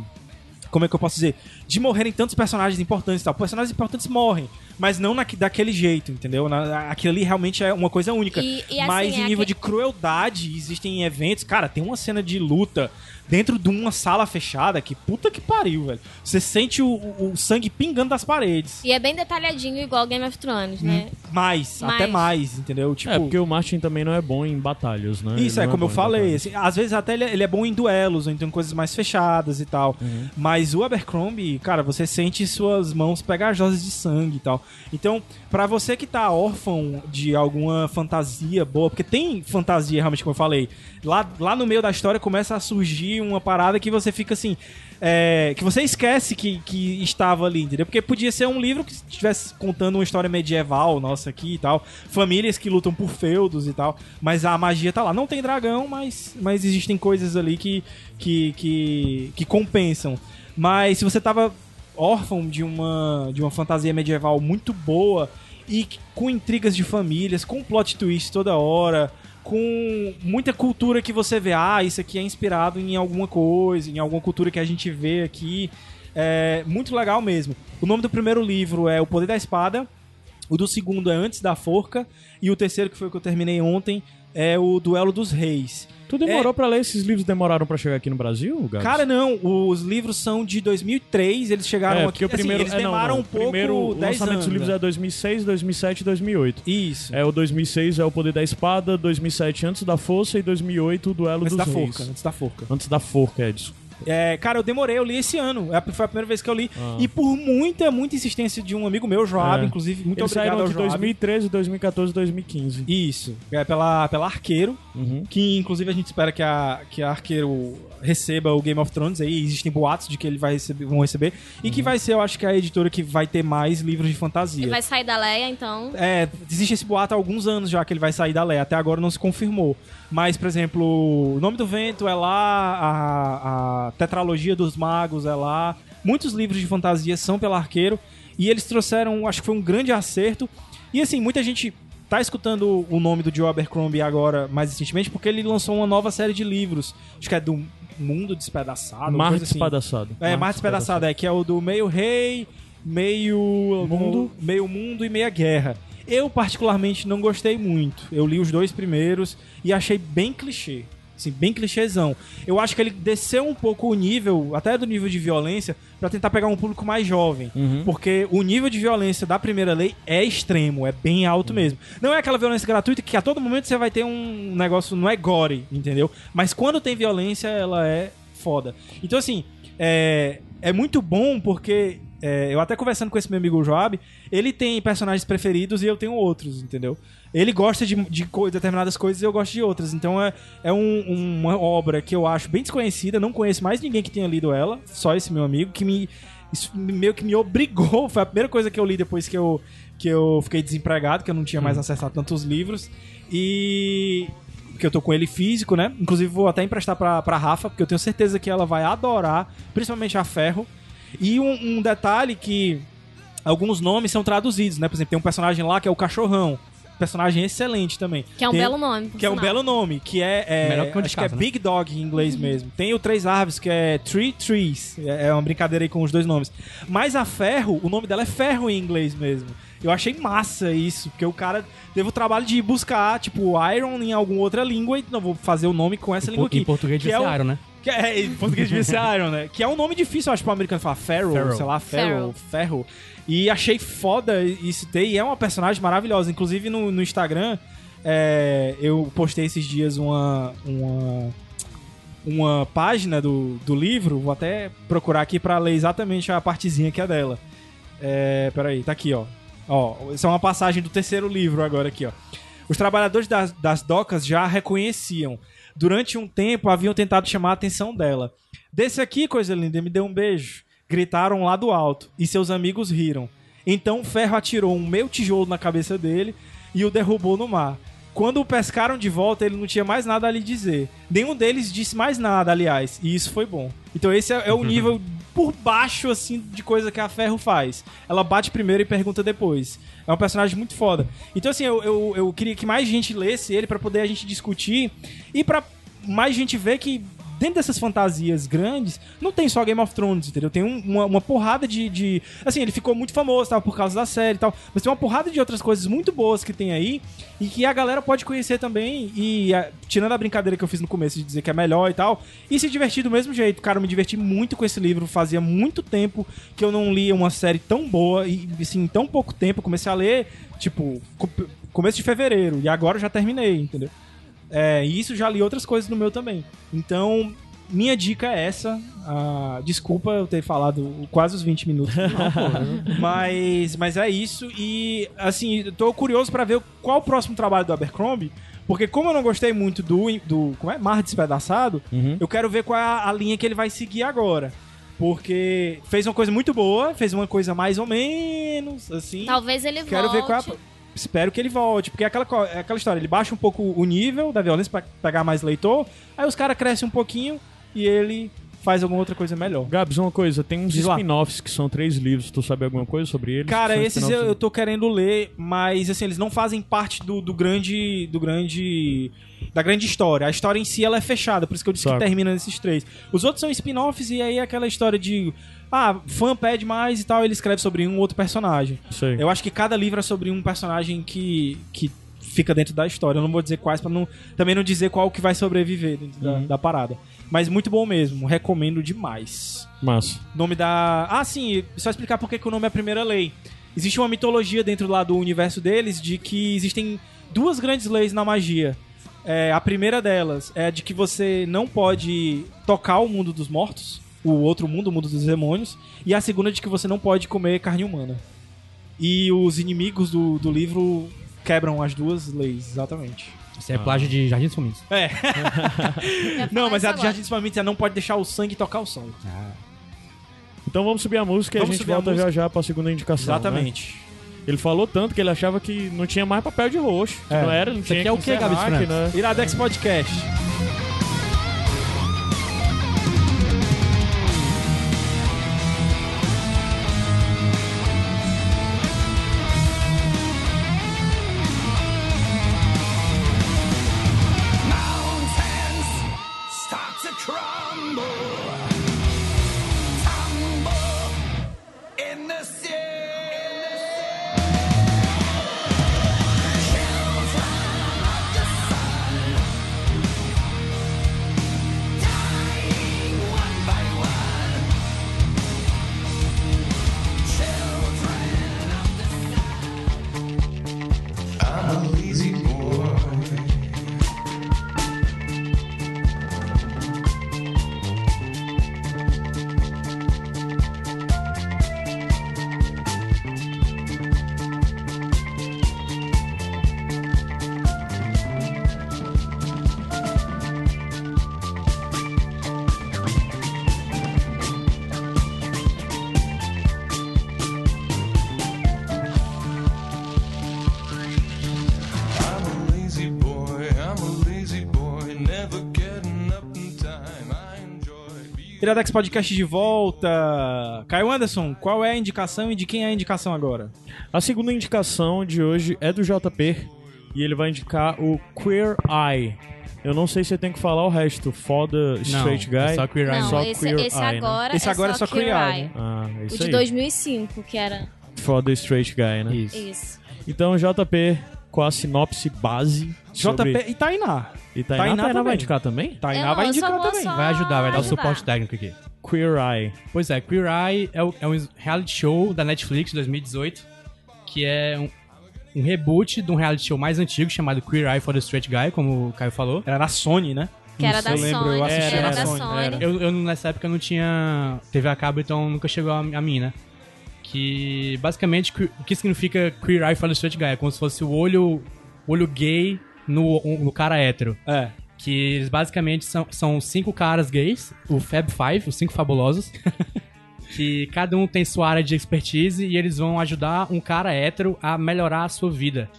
A: Como é que eu posso dizer? De morrerem tantos personagens importantes e tal. Personagens importantes morrem, mas não naque- daquele jeito, entendeu? Na- na- aquilo ali realmente é uma coisa única.
D: E- e assim,
A: mas em
D: é
A: nível
D: aque-
A: de crueldade, existem eventos. Cara, tem uma cena de luta dentro de uma sala fechada que puta que pariu, velho. Você sente o, o- o sangue pingando das paredes.
D: E é bem detalhadinho, igual Game of Thrones, né?
A: Uhum. Mais,
D: Mais.
A: até mais, entendeu? Tipo,
B: É, porque o Martin também não é bom em batalhas, né? Ele
A: Isso,
B: não
A: é como eu
B: bom em
A: falei.
B: batalhas.
A: assim, às vezes até ele, ele é bom em duelos, ou então em coisas mais fechadas e tal.
B: Uhum.
A: Mas o Abercrombie, cara, você sente suas mãos pegajosas de sangue e tal. Então, pra você que tá órfão de alguma fantasia boa, porque tem fantasia, realmente, como eu falei, lá, lá no meio da história começa a surgir uma parada que você fica assim. é, que você esquece que, que estava ali, entendeu? Porque podia ser um livro que estivesse contando uma história medieval nossa aqui e tal, famílias que lutam por feudos e tal, mas a magia tá lá. Não tem dragão, mas, mas existem coisas ali que, que, que, que compensam. Mas se você tava órfão de uma, de uma fantasia medieval muito boa e que- com intrigas de famílias, com plot twist toda hora, com muita cultura que você vê, ah, isso aqui é inspirado em alguma coisa, em alguma cultura que a gente vê aqui. É muito legal mesmo. O nome do primeiro livro é O Poder da Espada, o do segundo é Antes da Forca, e o terceiro, que foi o que eu terminei ontem, é o Duelo dos Reis.
B: Tu demorou pra ler esses livros? Demoraram pra chegar aqui no Brasil, Gabs?
A: É. Cara, não, os livros são de 2003, eles chegaram
B: é,
A: aqui.
B: porque o
A: assim,
B: primeiro...
A: eles
B: é, não,
A: demoraram
B: não.
A: um pouco.
B: primeiro, o
A: 10
B: lançamento
A: anos,
B: dos livros
A: né?
B: é 2006, 2007 e 2008.
A: Isso.
B: É, o 2006 é o Poder da Espada, 2007 Antes da Força e 2008 o Duelo
A: antes
B: dos
A: da
B: Reis.
A: forca, né? antes da forca.
B: Antes da Forca, Edson.
A: É, cara, eu demorei, eu li esse ano. É, Foi a primeira vez que eu li.
B: Ah.
A: E por muita, muita insistência de um amigo meu, Joab,
B: É.
A: inclusive. Muito
B: Eles
A: obrigado
B: saíram
A: ao
B: de
A: Joab.
B: 2013, 2014 2015.
A: Isso. É pela, pela Arqueiro.
B: Uhum.
A: Que inclusive a gente espera que a, que a Arqueiro receba o Game of Thrones aí. Existem boatos de que ele vai receber, vão receber. E que vai ser, eu acho que a editora que vai ter mais livros de fantasia.
D: Ele vai sair da Leia, então.
A: É, existe esse boato há alguns anos já que ele vai sair da lei. Até agora não se confirmou. Mas, por exemplo, O Nome do Vento é lá, a, a Tetralogia dos Magos é lá. Muitos livros de fantasia são pelo arqueiro. E eles trouxeram, acho que foi um grande acerto. E assim, muita gente tá escutando o nome do Joe Abercrombie agora mais recentemente porque ele lançou uma nova série de livros. Acho que é do Mundo Despedaçado. uma
B: Mar
A: coisa assim.
B: Despedaçado.
A: É, Mar Despedaçado, é, que é o do meio rei, meio mundo, meio mundo e meia guerra. Eu particularmente não gostei muito. Eu li os dois primeiros e achei bem clichê. Assim, bem clichêzão. Eu acho que ele desceu um pouco o nível, até do nível de violência, pra tentar pegar um público mais jovem.
B: Uhum.
A: Porque o nível de violência da primeira lei é extremo, é bem alto mesmo. Não é aquela violência gratuita que a todo momento você vai ter um negócio, não é gore, entendeu? Mas quando tem violência, ela é foda. Então, assim, é, é muito bom porque é, eu até conversando com esse meu amigo Joab, ele tem personagens preferidos e eu tenho outros, entendeu? Ele gosta de, de co- determinadas coisas e eu gosto de outras. Então é, é um- uma obra que eu acho bem desconhecida, não conheço mais ninguém que tenha lido ela, só esse meu amigo, que me. isso meio que me obrigou, foi a primeira coisa que eu li depois que eu, que eu fiquei desempregado, que eu não tinha mais acesso a tantos livros. E que eu tô com ele físico, né? Inclusive vou até emprestar pra, pra Rafa, porque eu tenho certeza que ela vai adorar, principalmente a Ferro. E um, um detalhe que alguns nomes são traduzidos, né? Por exemplo, tem um personagem lá que é o Cachorrão. Personagem excelente também.
D: Que é um
A: Tem-
D: belo nome. por
A: que é um
D: sinal.
A: belo nome, que é. é,
C: Melhor que o de
A: acho que
C: casa,
A: é
C: né?
A: Big Dog em inglês mesmo. Tem o Três Árvores, que é Three Trees. É é uma brincadeira aí com os dois nomes. Mas a Ferro, o nome dela é Ferro em inglês mesmo. Eu achei massa isso, porque o cara teve o trabalho de buscar, tipo, Iron em alguma outra língua e não vou fazer o nome com essa língua aqui.
C: Em português
A: que é
C: devia
A: o-
C: ser Iron, né?
A: que é, em português devia ser Iron, né? Que é um nome difícil, eu acho, pro americano falar Ferro,
C: Ferrell.
A: sei lá, Ferro,
D: Ferrell.
A: Ferro. E achei foda isso ter, e é uma personagem maravilhosa. Inclusive no, no Instagram, é, eu postei esses dias uma. uma uma página do, do livro, vou até procurar aqui pra ler exatamente a partezinha que é dela. É, peraí, tá aqui, ó. Ó, essa é uma passagem do terceiro livro agora aqui, ó. Os trabalhadores das, das docas já a reconheciam. Durante um tempo haviam tentado chamar a atenção dela. Desce aqui, coisa linda, me dê um beijo. Gritaram lá do alto e seus amigos riram. Então o ferro atirou um meu tijolo na cabeça dele e o derrubou no mar. Quando o pescaram de volta, ele não tinha mais nada a lhe dizer. Nenhum deles disse mais nada, aliás, e isso foi bom. Então esse é, é o nível por baixo, assim, de coisa que a Ferro faz. Ela bate primeiro e pergunta depois. É um personagem muito foda. Então, assim, eu, eu, eu queria que mais gente lesse ele pra poder a gente discutir e pra mais gente ver que dentro dessas fantasias grandes, não tem só Game of Thrones, entendeu? Tem um- uma, uma porrada de, de- Assim, ele ficou muito famoso, tava por causa da série e tal, mas tem uma porrada de outras coisas muito boas que tem aí e que a galera pode conhecer também. E a- tirando a brincadeira que eu fiz no começo de dizer que é melhor e tal, e se divertir do mesmo jeito. Cara, eu me diverti muito com esse livro, fazia muito tempo que eu não lia uma série tão boa e, assim, em tão pouco tempo. Eu comecei a ler, tipo, co- começo de fevereiro e agora eu já terminei, entendeu? É, e isso já li outras coisas no meu também. Então, minha dica é essa. Ah, desculpa eu ter falado quase os 20 minutos. mas, mas é isso. E, assim, eu tô curioso pra ver qual o próximo trabalho do Abercrombie. Porque como eu não gostei muito do, do como é? Mar Despedaçado,
B: Uhum.
A: eu quero ver qual é a linha que ele vai seguir agora. Porque fez uma coisa muito boa, fez uma coisa mais ou menos, assim.
D: Talvez ele
A: Quero ver qual é a...
D: volte.
A: Espero que ele volte, porque é aquela, co- é aquela história, ele baixa um pouco o nível da violência pra pegar mais leitor, aí os caras crescem um pouquinho e ele faz alguma outra coisa melhor.
B: Gabs, uma coisa, tem uns
A: Diz lá.
B: spin-offs que são três livros, tu sabe alguma coisa sobre eles?
A: Cara,
B: Que são
A: esses eu,
B: spin-offs- né?
A: eu tô querendo ler, mas assim, eles não fazem parte do, do grande. do grande. da grande história. A história em si ela é fechada, por isso que eu disse
B: Saco.
A: que termina nesses três. Os outros são spin-offs e aí é aquela história de. Ah, fã pede mais e tal, ele escreve sobre um outro personagem.
B: Isso aí.
A: Eu acho que cada livro é sobre um personagem que, que fica dentro da história. Eu não vou dizer quais para não também não dizer qual que vai sobreviver dentro da, da parada. Mas muito bom mesmo, recomendo demais.
B: Massa.
A: Nome da. Ah, sim, só explicar por que que o nome é a primeira lei. Existe uma mitologia dentro lá do universo deles de que existem duas grandes leis na magia. É, a primeira delas é a de que você não pode tocar o mundo dos mortos, o outro mundo, o mundo dos demônios, e a segunda é de que você não pode comer carne humana. E os inimigos do, do livro quebram as duas leis, exatamente.
C: Isso é plágio de Jardim dos Fuminhos.
D: Eu ia
A: Não,
D: falar
A: mas
D: isso
A: a do
D: agora.
A: Jardim dos Famintos é não pode deixar o sangue tocar o sangue.
B: Então vamos subir a música e a
A: Vamos
B: gente
A: subir a
B: volta já
A: música.
B: já pra segunda indicação.
A: Exatamente.
B: né? Ele falou tanto que ele achava que não tinha mais papel de roxo. que
A: É.
B: Não era, não
C: Isso
B: tinha.
C: aqui é o quê,
B: encerrar,
C: Gabs
B: que, né?
A: Iradex Podcast.
E: Mountains start to crumble, tumble in the sea. Children of the sun,
A: Iradex Podcast de volta. Caio Anderson, qual é a indicação e de quem é a indicação agora?
B: A segunda indicação de hoje é do JP e ele vai indicar o Queer Eye. Eu não sei se eu tenho que falar o resto. Foda, straight
C: Não,
B: guy.
C: é só Queer Eye.
D: Não,
B: Só
D: esse,
B: Queer
D: esse
B: Eye, né?
D: agora
A: Esse
D: é
A: agora
D: só
A: é só Queer Eye.
B: Ah, é
D: O
B: isso
D: de
B: aí.
D: 2005, que era
B: Foda, straight guy, né?
C: Isso.
D: isso.
B: Então, JP, com a sinopse base. sobre...
C: tá
A: JP e Tainá.
B: E Tainá,
A: Tainá
B: Tainá vai
A: também.
B: indicar também?
D: Eu
A: Tainá
D: não,
A: vai
D: eu só
A: indicar
D: vou
A: também.
D: só
C: Vai ajudar, vai dar o suporte técnico aqui.
B: Queer Eye.
C: Pois é, Queer Eye é, o- é um reality show da Netflix de 2018, que é um, um reboot de um reality show mais antigo chamado Queer Eye for the Straight Guy, como o Caio falou.
A: Era na Sony, né?
D: Que era da
A: eu lembro,
D: Sony.
A: eu assisti
D: era
A: na
D: da
A: Sony,
D: Sony.
C: Eu, eu nessa época não tinha TV a cabo, então nunca chegou a, a mim, né? Que basicamente que- o que significa Queer Eye for the Straight Guy? É como se fosse o olho, olho gay no, no cara hétero.
A: É.
C: Que eles basicamente são, são cinco caras gays, o Fab Five, os cinco fabulosos. que cada um tem sua área de expertise e eles vão ajudar um cara hétero a melhorar a sua vida.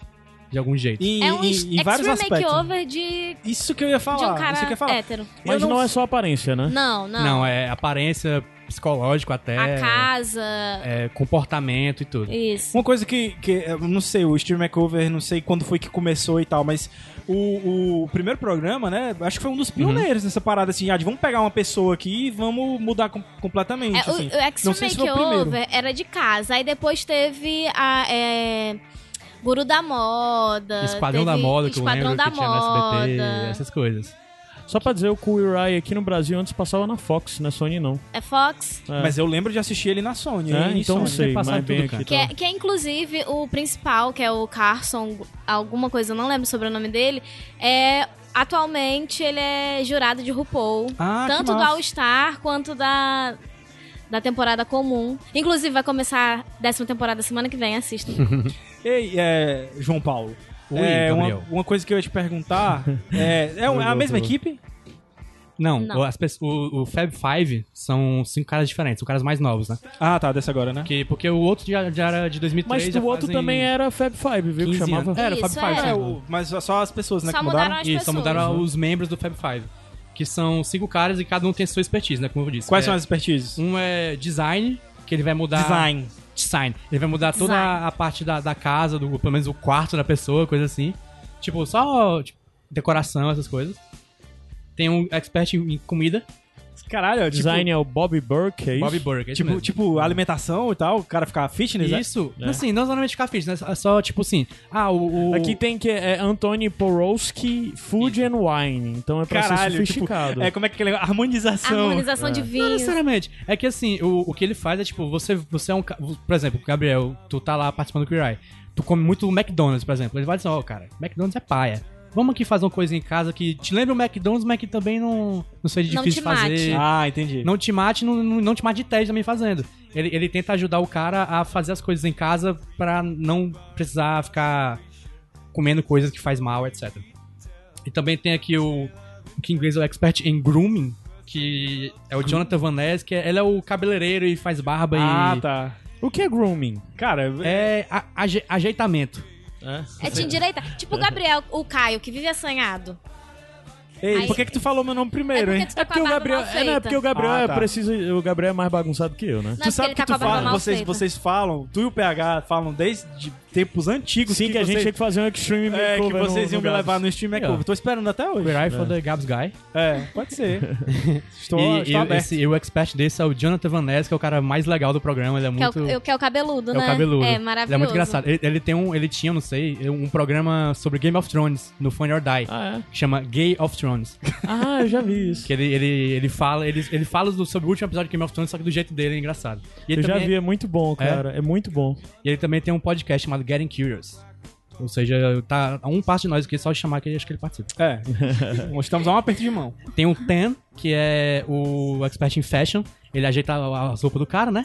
C: De algum jeito.
A: Em,
D: É um
A: em-
D: ex-
A: em vários
D: extreme
A: aspectos.
D: makeover de, de
A: Isso que eu ia falar.
D: um
A: isso que eu ia
D: cara
A: falar.
D: hétero.
B: Mas
A: Eu
B: não...
A: não-
B: é só aparência, né?
D: Não, não.
C: Não, é aparência, psicológico até.
A: é-
D: A casa.
C: é, comportamento e tudo.
D: Isso.
A: Uma coisa que, que eu não sei, o Steve McCover, não sei quando foi que começou e tal, mas o, o primeiro programa, né? Acho que foi um
B: Uhum.
A: dos pioneiros nessa parada, assim, ah, de vamos pegar uma pessoa aqui e vamos mudar com- completamente.
D: É, o,
A: assim.
D: o Extreme
A: não sei se foi o primeiro.
D: Makeover era de casa. Aí depois teve a. é, Guru da Moda.
C: Esquadrão da
D: teve
C: Moda, que eu
D: Esquadrão
C: lembro
D: da
C: que tinha no SBT,
D: Moda.
C: essas coisas.
B: Só pra dizer, o Queer Eye aqui no Brasil antes passava na Fox, na Sony não.
D: É Fox.
B: É.
A: Mas eu lembro de assistir ele na Sony.
B: É,
A: hein, em
B: então não
A: Sony.
B: sei,
C: passava
B: mas bem
C: tudo,
B: aqui.
D: Que é, que é inclusive o principal, que é o Carson, alguma coisa, eu não lembro sobre o nome dele. É, atualmente ele é jurado de RuPaul.
A: Ah, que
D: tanto do
A: massa.
D: All Star quanto da, da temporada comum. Inclusive, vai começar a décima temporada semana que vem, assistam.
A: Ei, é, João Paulo.
C: Oi,
A: é, uma,
C: Gabriel.
A: uma coisa que eu ia te perguntar é, é, um- é a mesma equipe?
C: Não,
D: Não.
C: o- As pessoas, o, o Fab Five são cinco caras diferentes, são caras mais novos, né?
A: Ah, tá, dessa agora, né?
C: Que, porque o outro já, já era de 2003,
B: Mas
C: já
B: o outro
C: fazem
B: também é era Fab Five, viu? Que
C: 15
B: chamava.
C: anos. Era, o Fab
D: Isso,
C: Five.
D: era.
A: É,
C: sim.
A: o- mas só- só as pessoas, né,
D: Só
A: que
D: mudaram
A: mudaram.
D: as
C: Isso, só
D: pessoas.
C: mudaram os membros do Fab Five. Que são cinco caras e cada um tem sua expertise, né? Como eu disse.
A: Quais
C: É,
A: são as expertises?
C: Um é design, que ele vai mudar.
A: Design.
C: Design. Ele vai mudar toda
D: Design.
C: a parte da, da casa, do, pelo menos o quarto da pessoa, coisa assim. Tipo, só tipo, decoração, essas coisas. Tem um expert em em comida,
A: Caralho, tipo-
B: Design é o Bob Burke, é isso?
C: Bob Burger. é isso
A: Tipo,
C: mesmo.
A: tipo, alimentação e tal, o cara ficar fitness, né?
C: Isso,
B: É.
C: assim, não exatamente ficar fitness, né? Só, tipo assim, ah, o... o-
B: Aqui tem que é Anthony Porowski, Food and Wine. Então
C: um
B: é pra ser
A: Caralho, tipo,
B: sofisticado.
A: é como é que ele harmonização.
D: Harmonização de
C: Não
D: vinhos.
C: necessariamente. É que, assim, o, o que ele faz é, tipo, você, você é um... ca- Por exemplo, Gabriel, tu tá lá participando do Queer Eye. Tu come muito McDonald's, por exemplo. Ele vai dizer, ó, cara, McDonald's é paia. Vamos aqui fazer uma coisa em casa que te lembra o McDonald's, mas que também não, não seja
D: Não
C: difícil
D: te mate.
C: fazer.
A: Ah, entendi.
C: Não te mate, não, não, não te mate de tédio também fazendo. Ele, ele tenta ajudar o cara a fazer as coisas em casa pra não precisar ficar comendo coisas que faz mal, etc. E também tem aqui o, o que em inglês é o expert em grooming, que é o Jonathan Van Ness, que é- ele é o cabeleireiro e faz barba
A: ah,
C: e...
A: tá.
B: O que é grooming?
A: Cara,
C: É a- aje- ajeitamento.
D: É de direita. Tipo o Gabriel, o Caio, que vive assanhado.
A: ei,
D: aí-
A: por que que tu falou meu nome
D: É
A: primeiro,
D: porque
A: hein?
D: tu
B: É
D: tá
B: porque
D: com a
B: o
D: barba
B: Gabriel,
D: mal
B: é,
D: feita.
B: não, é porque o Gabriel
A: Ah,
B: é
A: tá.
B: precisa, o Gabriel é mais bagunçado que eu, né?
D: Não,
A: Tu
D: é
A: sabe que
D: porque
A: tu
D: ele tá com a barba
A: fala,
D: mal
A: vocês,
D: feita.
A: vocês falam, tu e o PH falam desde de tempos antigos
B: Sim, que, a gente
A: vocês-
B: tinha que fazer um extreme
A: é, que
B: makeover no-
A: vocês
B: no
A: iam me
B: Gabs.
A: levar no Steam Makeover. Tô esperando até hoje.
C: Queer Eye for the Gabs Guy.
A: É, pode ser. estou
C: e
A: estou
C: e
A: aberto.
C: esse- e o expert desse é o Jonathan Van Ness, que é o cara mais legal do programa. Ele é
D: Que é,
C: muito...
D: o, eu- que é o cabeludo,
C: É
D: né?
C: o cabeludo.
D: É maravilhoso.
C: Ele é muito engraçado. Ele, ele tem um, ele tinha, não sei, um programa sobre Game of Thrones no Funny or Die.
B: Ah, é?
C: que Chama Gay of Thrones.
B: Ah, eu já vi isso.
C: Que ele, ele, ele fala, ele, ele fala do- sobre o último episódio de Game of Thrones, só que do jeito dele, é engraçado. E ele,
B: Eu já
C: também,
B: vi, é muito bom, cara. É, muito bom.
C: e ele também tem um podcast chamado Getting Curious. Ou seja, tá a um passo de nós aqui, só chamar que ele- acho que ele participa.
A: É. Estamos a um aperto de mão.
C: Tem o Ten, que é o expert em fashion. Ele ajeita a- as roupas do cara, né?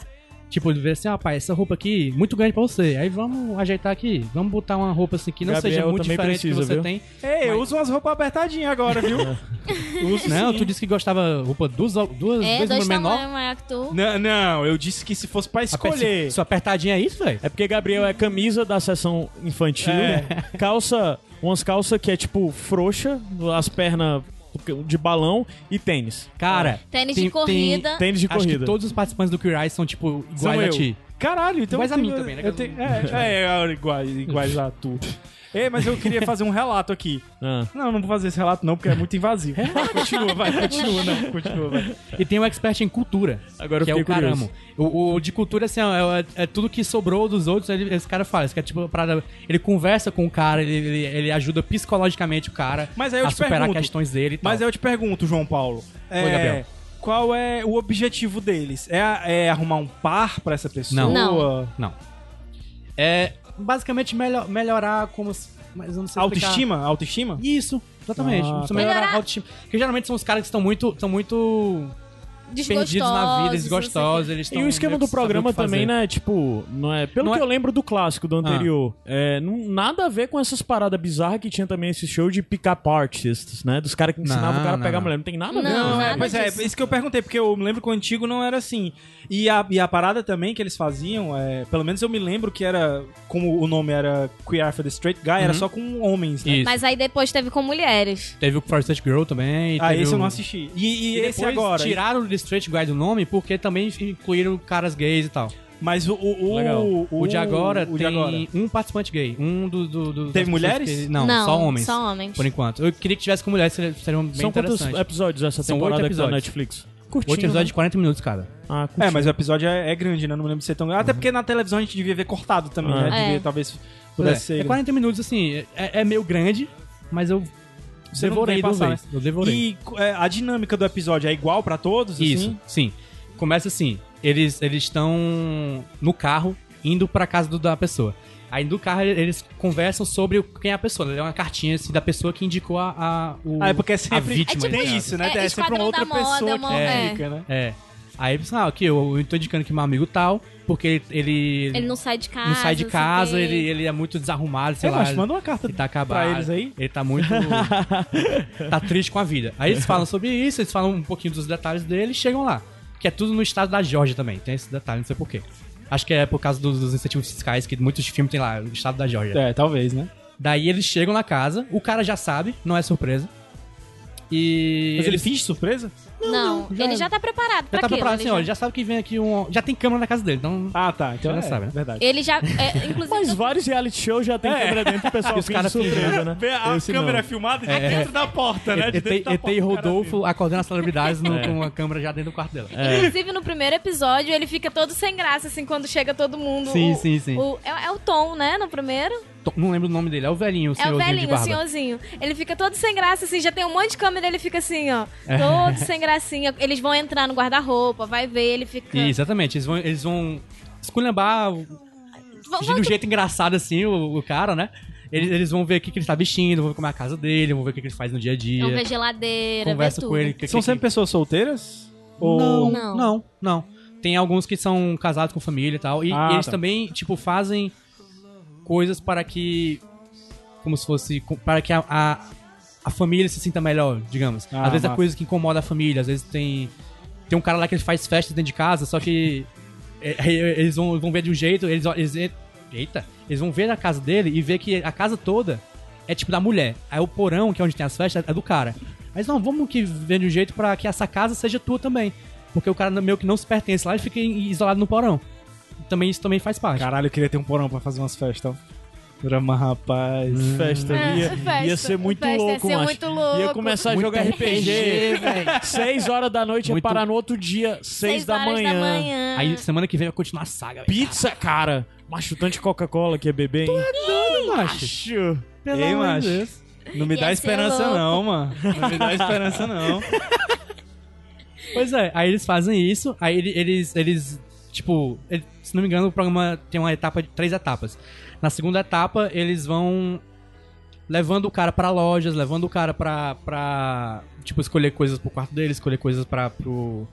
C: Tipo, ele vê assim, rapaz, essa roupa aqui, muito grande pra você. Aí vamos ajeitar aqui. Vamos botar uma roupa assim que não
B: Gabriel
C: seja muito
B: também
C: diferente
B: precisa,
C: que você
B: viu?
C: tem.
A: Ei, eu uso umas roupas apertadinhas agora, viu? uso
C: Não,
A: sim.
C: Né? tu disse que gostava roupa duas, duas
D: É,
C: vezes
D: dois
C: número menor.
D: tamanhos maior que tu.
A: Não, não, eu disse que se fosse pra escolher.
C: Sua apertadinha é isso, velho?
B: É porque Gabriel é camisa da seção infantil, né?
A: É.
B: calça, umas calças que é tipo frouxa, as pernas de balão e tênis.
C: Cara,
D: Tênis
C: Tem-
D: de corrida.
B: Tênis de
C: acho
B: corrida.
C: que todos os participantes do Curious são, tipo, iguais
A: São
C: a
A: eu.
C: ti.
A: Caralho, então.
C: Iguais
A: eu
C: a
A: tenho-
C: mim também, né,
A: eu
C: que eu
A: tenho- é, é, é, iguais, iguais a tu. Ei, mas eu queria fazer um relato aqui.
B: Ah.
A: Não, não vou fazer esse relato, não, porque é muito invasivo. continua, vai, continua,
C: né?
A: não, continua, vai.
C: E tem um expert em cultura.
B: Agora eu
C: que é o
B: fiquei curioso.
C: caramo. O, o de cultura, assim, ó, é, é tudo que sobrou dos outros, ele- esse cara fala. Esse cara, tipo, pra, ele conversa com o cara, ele, ele, ele ajuda psicologicamente o cara
A: Mas aí eu
C: a
A: te
C: superar
A: pergunto,
C: questões dele e tal.
A: Mas eu te pergunto, João Paulo. É,
C: Gabriel.
A: Qual é o objetivo deles? É, a- é arrumar um par pra essa pessoa?
C: Não.
D: Não.
C: Não. É basicamente melhor, melhorar como... se- Mas eu não sei explicar.
A: Autoestima? Autoestima?
C: Isso, exatamente.
A: Ah,
C: Isso
A: tá.
C: melhorar
D: Melhorar.
C: a autoestima. Porque geralmente são os caras que estão muito, estão muito
D: Desgostosos. assim.
C: perdidos na vida,
D: não sei o quê.
C: desgostosos. Eles
B: E
C: estão
B: o esquema
C: meio que
B: do
C: sem saber o
B: programa
C: que fazer.
B: também, né? Tipo, não é. Pelo
C: Não
B: que
C: é-
B: eu lembro do clássico do anterior, é, não- nada a ver com essas paradas bizarras que tinha também esse show de pick-up artists, né? Dos caras que ensinavam
C: Não,
B: o cara a
C: não,
B: pegar
C: não.
B: mulher. Não tem nada a ver.
D: Não,
B: com isso.
D: nada
A: mas é,
D: disso.
A: isso que eu perguntei, porque eu me lembro que o antigo não era assim. E a, e a parada também que eles faziam, é, pelo menos eu me lembro que era, como o nome era Queer for the Straight Guy, era
C: Uhum.
A: só com homens, né?
C: Isso.
D: Mas aí depois teve com mulheres.
C: Teve o Forest Girl também. e
A: Ah,
C: teve
A: esse eu
C: o-
A: não assisti. E, e
C: E
A: esse
C: depois
A: agora?
C: Tiraram o The Straight Guy do nome porque também incluíram caras gays e tal.
A: Mas o... O, o,
B: Legal.
C: O, de agora
A: o de
C: tem
A: agora.
C: um participante gay. Um do. do, do-
A: Teve
C: das pessoas
A: mulheres?
C: que- Não, só homens.
D: Só homens.
C: Por enquanto. Eu queria que tivesse com mulheres, seria, seria bem
B: São quantos
C: é
A: É
C: interessante.
B: episódios essa
C: São
B: temporada
C: oito
B: que tá na
C: episódios.
B: Netflix?
C: Oito
B: Curtinho.
C: episódios de 40 minutos, cara.
B: né? Ah, curtinho.
A: É, mas o episódio é, é grande, né? Não me lembro de ser tão...
C: Uhum.
A: Até porque na televisão a gente devia ver cortado também,
B: Ah.
A: né? Devia,
D: É.
A: Talvez
C: É,
A: pudesse ser...
C: é 40 minutos, assim, é, é meio grande, mas eu
A: Você não
C: devorei
A: tem
C: duas
A: passar, né?
C: vezes. Eu devorei.
A: E é, a dinâmica do episódio é igual pra todos?
C: Isso,
A: assim?
C: sim. Começa assim, eles eles estão no carro indo pra casa do- da pessoa. Aí no carro eles conversam sobre o- quem é a pessoa. É uma cartinha assim, da pessoa que indicou a, a o-
A: Ah, é porque é sempre-
C: a
D: É
C: vítima.
D: tipo
C: no
A: Tem
C: caso.
A: isso, né?
D: É,
A: É, sempre uma
D: Esquadrão
A: outra
D: da Moda,
A: pessoa que
D: uma-
A: é.
D: é.
A: fica, né?
C: É. Aí eles falam, ah, aqui, eu, eu tô indicando que meu amigo tal, porque ele, ele,
D: Ele não sai de casa.
C: não sai de
D: sei o
C: casa,
D: quê.
C: ele, ele é muito desarrumado, sei
A: Sei
C: lá.
A: lá, manda uma carta
C: Ele tá acabado.
A: pra eles aí.
C: Ele tá muito. tá triste com a vida. Aí eles falam sobre isso, eles falam um pouquinho dos detalhes dele e chegam lá. Que é tudo no estado da Georgia também. Tem esse detalhe, não sei porquê. Acho que é por causa dos, dos incentivos fiscais, que muitos filmes tem lá, o estado da Georgia.
A: É, talvez, né?
C: Daí eles chegam na casa, o cara já sabe, não é surpresa. E.
A: Mas ele
C: eles-
A: finge surpresa?
D: Não,
C: já-
D: ele já tá preparado
C: Já
D: pra
C: tá
D: aquilo,
C: preparado
D: ele
A: né,
C: assim, ó, ele já sabe que vem aqui um. Já tem câmera na casa dele, então.
A: Ah, tá. Então
C: Já
A: é,
C: sabe, né?
A: verdade.
D: Ele já. é, inclusive,
B: Mas
D: todo-
B: vários reality shows já tem câmera dentro e o pessoal
C: E É. os
B: fica de
C: caras
B: surpresa,
C: fingindo.
B: né?
A: A
B: Esse não.
A: câmera filmada de dentro da porta, né? De
C: ET
A: dentro da
C: ET
A: porta.
C: e
A: o cara assim.
C: Rodolfo acordando as celebridades no-
B: É.
C: com a câmera já dentro do quarto dela. É,
D: Inclusive, no primeiro episódio, ele fica todo sem graça, assim, quando chega todo mundo.
C: Sim,
D: O-
C: sim, sim.
D: o- é, é o Tom, né? No primeiro.
C: Tô- Não lembro o nome dele, é o velhinho, o
D: É o
C: senhorzinho de
D: velhinho, o
C: barba.
D: senhorzinho. Ele fica todo sem graça, assim, já tem um monte de câmera, ele fica assim, ó.
C: É.
D: Todo sem gracinha. Eles vão entrar no guarda-roupa, vai ver, ele fica.
C: E, exatamente, eles vão, eles vão esculhambar o-
D: Vão-
C: de
D: vão-
C: um jeito engraçado assim o, o cara, né? Eles, eles vão ver o que, que ele tá vestindo, vão ver como é a casa dele, vão ver o que, que ele faz
D: É
C: no dia a dia.
D: Vão ver geladeira,
C: conversa
D: ver
C: com
D: um é tudo.
C: ele. o que-
A: São
C: que-
A: sempre pessoas solteiras? Ou...
C: Não, não,
D: Não.
C: não, Tem alguns que são casados com família e tal. E
A: Ah,
C: eles
A: tá.
C: também, tipo, fazem coisas para que. Como se fosse. com- Para que a, a, a família se sinta melhor, digamos.
A: Ah,
C: às vezes é
A: massa.
C: coisa que incomoda a família, às vezes tem. Tem um cara lá que ele faz festas dentro de casa, só que. é, é, Eles vão, vão ver de um jeito, eles, eles. e- Eita! Eles vão ver a casa dele e ver que a casa toda é tipo da mulher. Aí o porão, que é onde tem as festas, é do cara. Mas não, vamos que ver de um jeito pra que essa casa seja tua também. Porque o cara meio que não se pertence lá e fica isolado no porão. Também isso também faz parte.
A: Caralho, eu queria ter um porão pra fazer umas festas, Hum. ó. Drama, rapaz.
B: Festa.
D: É,
B: Ia,
D: festa.
B: ia ser muito
D: Festa ia
B: louco,
D: ser
B: macho.
D: muito louco.
B: Ia começar a jogar RPG.
C: velho.
B: 6 horas da noite ia
C: Muito-
B: parar no outro dia, 6
D: Seis
B: da
D: horas
B: manhã.
D: da manhã.
C: Aí semana que vem vai continuar a saga, velho.
B: Pizza, cara. Macho, tanto de Coca-Cola que é bebê, hein? Macho.
C: Pelo
A: Ei,
C: amor de
A: macho.
C: Deus.
A: Não me
D: Ia
A: dá
D: ser
A: esperança
D: louco.
A: não, mano. Não me dá esperança não.
C: Pois é, aí eles fazem isso, aí ele- eles, eles tipo, ele- se não me engano, o programa tem uma etapa de três etapas. Na segunda etapa, eles vão levando o cara pra lojas, levando o cara pra, pra tipo, escolher coisas pro quarto dele, escolher coisas pra, pro,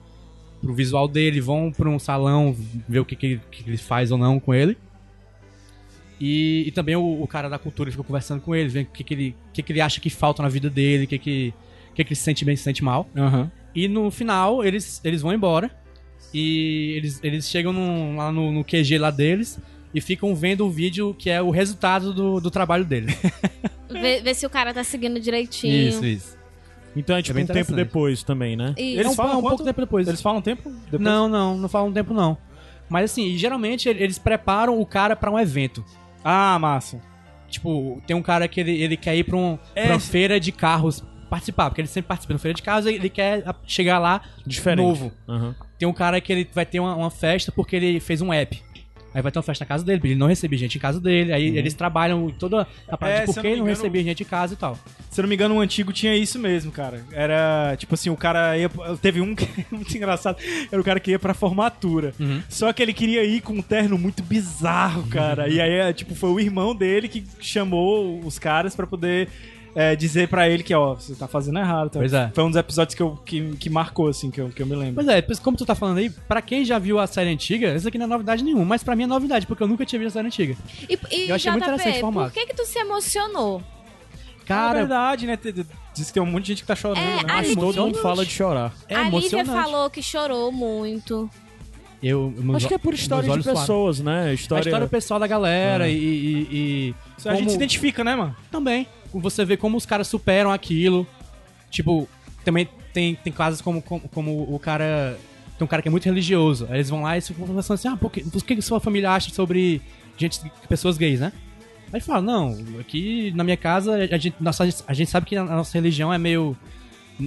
C: pro visual dele, vão pra um salão ver o que, que, ele- que ele faz ou não com ele. E, e também o, o cara da cultura fica conversando com ele, vendo o que, que, ele, o que, que ele acha que falta na vida dele, o que, que, o que, que ele se sente bem, se sente mal. E no final, eles, eles vão embora. E eles, eles chegam num- lá no, no QG lá deles e ficam vendo o vídeo que é o resultado do, do trabalho deles.
D: Ver, ver se o cara tá seguindo direitinho.
C: isso.
B: Então é tipo
C: bem
B: um tempo
C: interessante.
B: depois também, né?
D: E
A: Eles
C: É um,
A: falam
C: é um
A: quanto?
C: pouco tempo depois.
A: Eles falam tempo? Depois?
C: Não, não, não falam um tempo não. Mas assim, e geralmente ele- eles preparam o cara pra um evento.
A: Ah, massa.
C: Tipo, tem um cara que ele, ele quer ir pra, um,
A: É.
C: pra uma feira de carros participar, porque ele sempre participa de feira de carros e ele quer a- chegar lá
B: Diferente.
C: novo.
B: Aham.
C: Tem um cara que ele vai ter uma, uma festa porque ele fez um app. Aí vai ter uma festa na casa dele, porque ele não recebe gente em casa dele. Aí eles trabalham toda a parte
A: É,
C: de
A: se
C: por
A: eu não
C: que não,
A: me engano-
C: recebia gente em casa e tal.
A: Se eu não me engano, o antigo tinha isso mesmo, cara. Era, tipo assim, o cara ia. Teve um que é muito engraçado. Era o cara que ia pra formatura.
C: Uhum.
A: Só que ele queria ir com um terno muito bizarro, cara. E aí, é, tipo, foi o irmão dele que chamou os caras pra poder. é, dizer pra ele que, ó, você tá fazendo errado. tá?
C: Pois é.
A: Foi um dos episódios que, eu, que, que marcou, assim, que eu, que eu me lembro.
C: Pois é, pois como tu tá falando aí, pra quem já viu a série antiga, isso aqui não é novidade nenhuma, mas pra mim é novidade, porque eu nunca tinha visto a série antiga.
D: E, e
C: Eu achei muito
D: JP,
C: interessante esse formato.
D: por que que tu se emocionou?
A: é
C: Cara,
A: verdade, né? Te- te- Diz que tem um monte de gente que tá chorando, né?
D: É, ali-
B: Todo mundo fala de chorar.
C: é
D: a Lívia
C: emocionante.
D: falou que chorou muito.
C: Eu, meus
B: Acho
C: o-
B: que é por
C: meus
B: história de
C: olhos suaram.
B: pessoas, né?
C: A
B: História...
C: história é pessoal da galera e, e- e-
A: A gente
C: como-
A: se identifica, né, mano?
C: também. Você vê como os caras superam aquilo. Tipo, também tem, tem casos como, como, como o cara. Tem um cara que é muito religioso. Aí eles vão lá e ficam conversando assim: ah, por que, por que que sua família acha sobre gente, pessoas gays, né? Aí ele fala: não, aqui na minha casa, a gente, nossa, a gente sabe que a nossa religião é meio.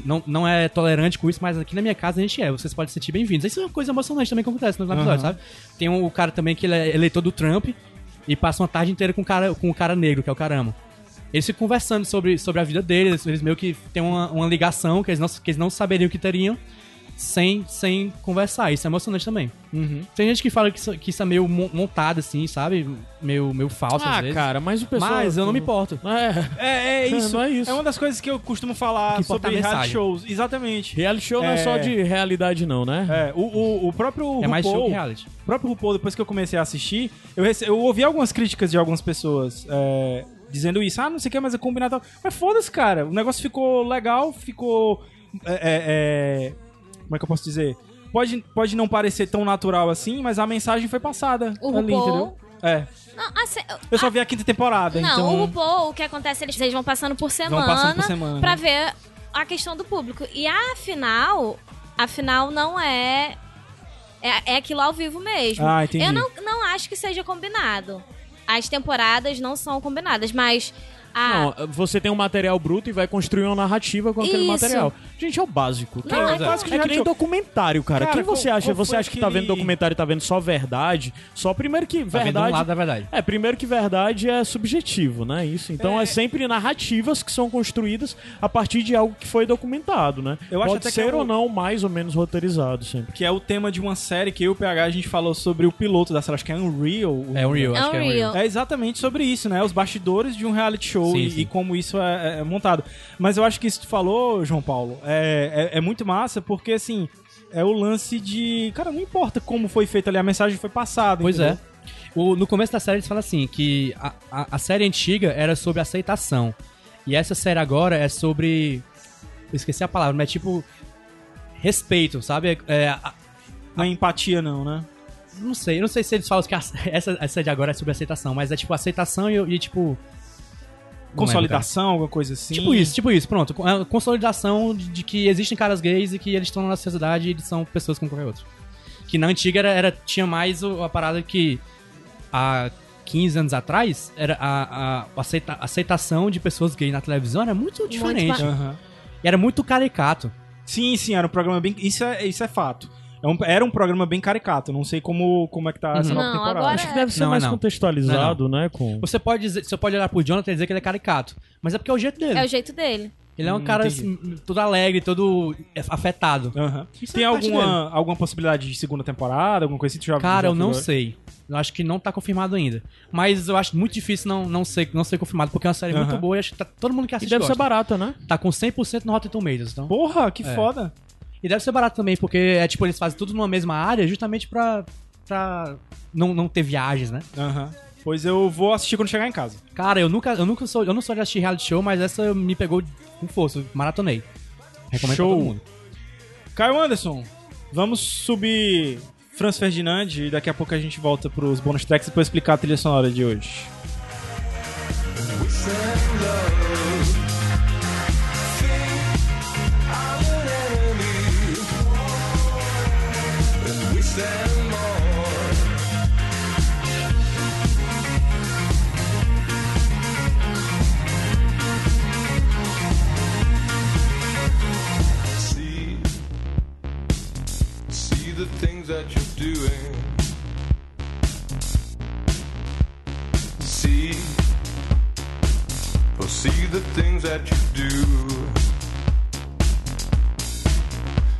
C: Não, não é tolerante com isso, mas aqui na minha casa a gente é, vocês podem se sentir bem-vindos. Isso é uma coisa emocionante também que acontece no episódio,
A: Aham.
C: sabe? Tem um cara também que ele é eleitor do Trump e passa uma tarde inteira com o cara, com o cara negro, que é o caramba. Eles ficam conversando sobre, sobre a vida deles, eles meio que têm uma, uma ligação que eles, não, que eles não saberiam que teriam sem, sem conversar. Isso é emocionante também.
A: Uhum.
C: Tem gente que fala que isso, que isso é meio mon- montado, assim, sabe? Meio, meio falso às
B: Ah,
C: vezes.
B: cara, mas o pessoal...
C: Mas eu não me importo.
B: É,
A: É, é isso.
B: Não é isso.
A: uma das coisas que eu costumo
C: O
A: falar
C: que importa
A: sobre
C: é a
A: reality
C: mensagem.
A: shows. Exatamente.
B: reality show não é
A: É.
B: só de realidade não, né?
A: É, o, o, o próprio
C: É mais show que
A: RuPaul,
C: reality.
A: o próprio RuPaul, depois que eu comecei a assistir, eu, rece- eu ouvi algumas críticas de algumas pessoas é, dizendo isso. Ah, não sei o que, mas é combinar tal. Mas foda-se, cara. O negócio ficou legal, ficou... é, é, é, como é que eu posso dizer? Pode, pode não parecer tão natural assim, mas a mensagem foi passada
D: O
A: ali,
D: RuPaul.
A: entendeu? É.
D: Não, assim,
A: Eu só vi a quinta temporada,
D: não
A: então...
D: o RuPaul, o que acontece, eles, eles vão passando por semana,
A: passando por semana, né?
D: pra ver a questão do público. E a final, a final não é... É, é aquilo ao vivo mesmo.
A: Ah, entendi.
D: Eu não, não acho que seja combinado. As temporadas não são combinadas, mas... ah, A,
A: Ah.
B: Não, você tem um material bruto e vai construir uma narrativa com aquele
D: Isso.
B: material. Gente, é o básico. Quem-
D: Não,
A: é
D: é
A: básico de
B: É que
A: reality
B: nem
A: show.
B: documentário, cara.
A: Cara,
B: Quem você
A: qual-
B: acha?
A: qual
B: você
A: foi
B: acha que tá
A: aquele-
B: vendo documentário e tá vendo só verdade? Só primeiro que
C: Tá vendo um
B: verdade.
C: lado da verdade.
B: É, primeiro que verdade é subjetivo, né? Isso. Então é, sempre narrativas que são construídas a partir de algo que foi documentado, né?
A: Eu acho
B: Pode
A: até que
B: ser
A: é um-
B: ou não mais ou menos roteirizado sempre.
A: Que é o tema de uma série que eu e o PH a gente falou sobre o piloto da série, acho que é Unreal. o
C: É Unreal,
D: É
C: acho que
B: um
C: é Unreal.
D: Unreal.
A: É exatamente sobre isso, né? Os bastidores de um reality show
C: Sim,
A: e,
C: sim.
A: e como isso é, é montado. Mas eu acho que isso que tu falou, João Paulo, é, é, é muito massa, porque assim, é o lance de. Cara, não importa como foi feito ali, a mensagem foi passada.
C: Pois
A: entendeu?
C: é. O- no começo da série eles falam assim, que a, a, a série antiga era sobre aceitação. E essa série agora é sobre. Eu esqueci a palavra, mas é tipo. Respeito, sabe? É, a-
A: Não é empatia, não, né?
C: não sei, eu não sei se eles falam que a- essa, essa de agora é sobre aceitação, mas é tipo aceitação e, e, tipo. não lembro, cara.
A: Consolidação, alguma coisa assim.
C: é Tipo isso, tipo isso, pronto. É uma Consolidação de, de que existem caras gays e que eles estão na sociedade e eles são pessoas como qualquer outro. Que na antiga era, era- tinha mais o- a parada que há 15 anos atrás era a, a- a aceita- aceitação de pessoas gays na televisão era muito diferente.
D: mais-
A: Aham.
C: E era muito caricato.
A: Sim, sim, era um programa bem. Isso é, isso é fato. É um- era um programa bem caricato. Não sei como, como é que tá essa
C: Uhum.
A: nova
D: Não,
A: temporada.
D: agora-
B: Acho que deve ser
C: Não, é
B: mais
C: não.
B: contextualizado, né? Com...
C: Você pode dizer, você pode olhar pro Jonathan e dizer que ele é caricato, mas é porque é o jeito dele.
D: É o jeito dele.
C: Ele é um
A: Hum,
C: cara
A: entendi.
C: assim, todo alegre, todo afetado.
A: Aham.
C: Isso
A: Tem
C: é parte
A: alguma, alguma possibilidade de segunda temporada, alguma coisa assim? Tu já,
C: Cara,
A: já
C: eu não
A: falou?
C: sei. Eu acho que não tá confirmado ainda. Mas eu acho muito difícil não, não, ser, não ser confirmado, porque é uma série muito
A: Aham.
C: boa e acho que tá- todo mundo que
B: E
C: assiste
B: deve ser
C: gosta.
B: barata, né?
C: Tá com 100% no Rotten Tomatoes, então.
A: Porra, que
C: É.
A: foda.
C: E deve ser barato também, porque é tipo, eles fazem tudo numa mesma área justamente pra, pra não, não ter viagens, né?
A: Aham. Pois eu vou assistir quando chegar em casa.
C: Cara, eu nunca, eu nunca sou, eu não sou de assistir reality show, mas essa me pegou com força, eu maratonei. Recomendo
A: Show.
C: pra todo mundo.
A: Caio Anderson, vamos subir Franz Ferdinand e daqui a pouco a gente volta pros bônus tracks e depois explicar a trilha sonora de hoje.
E: Wish them love. Think
F: see the things that you do.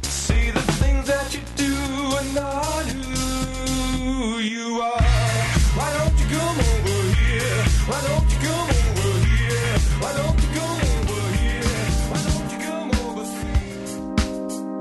F: See the things that you do and not who you are. Why don't you come over here? Why don't you come over here? Why don't you come over here? Why don't you come over here?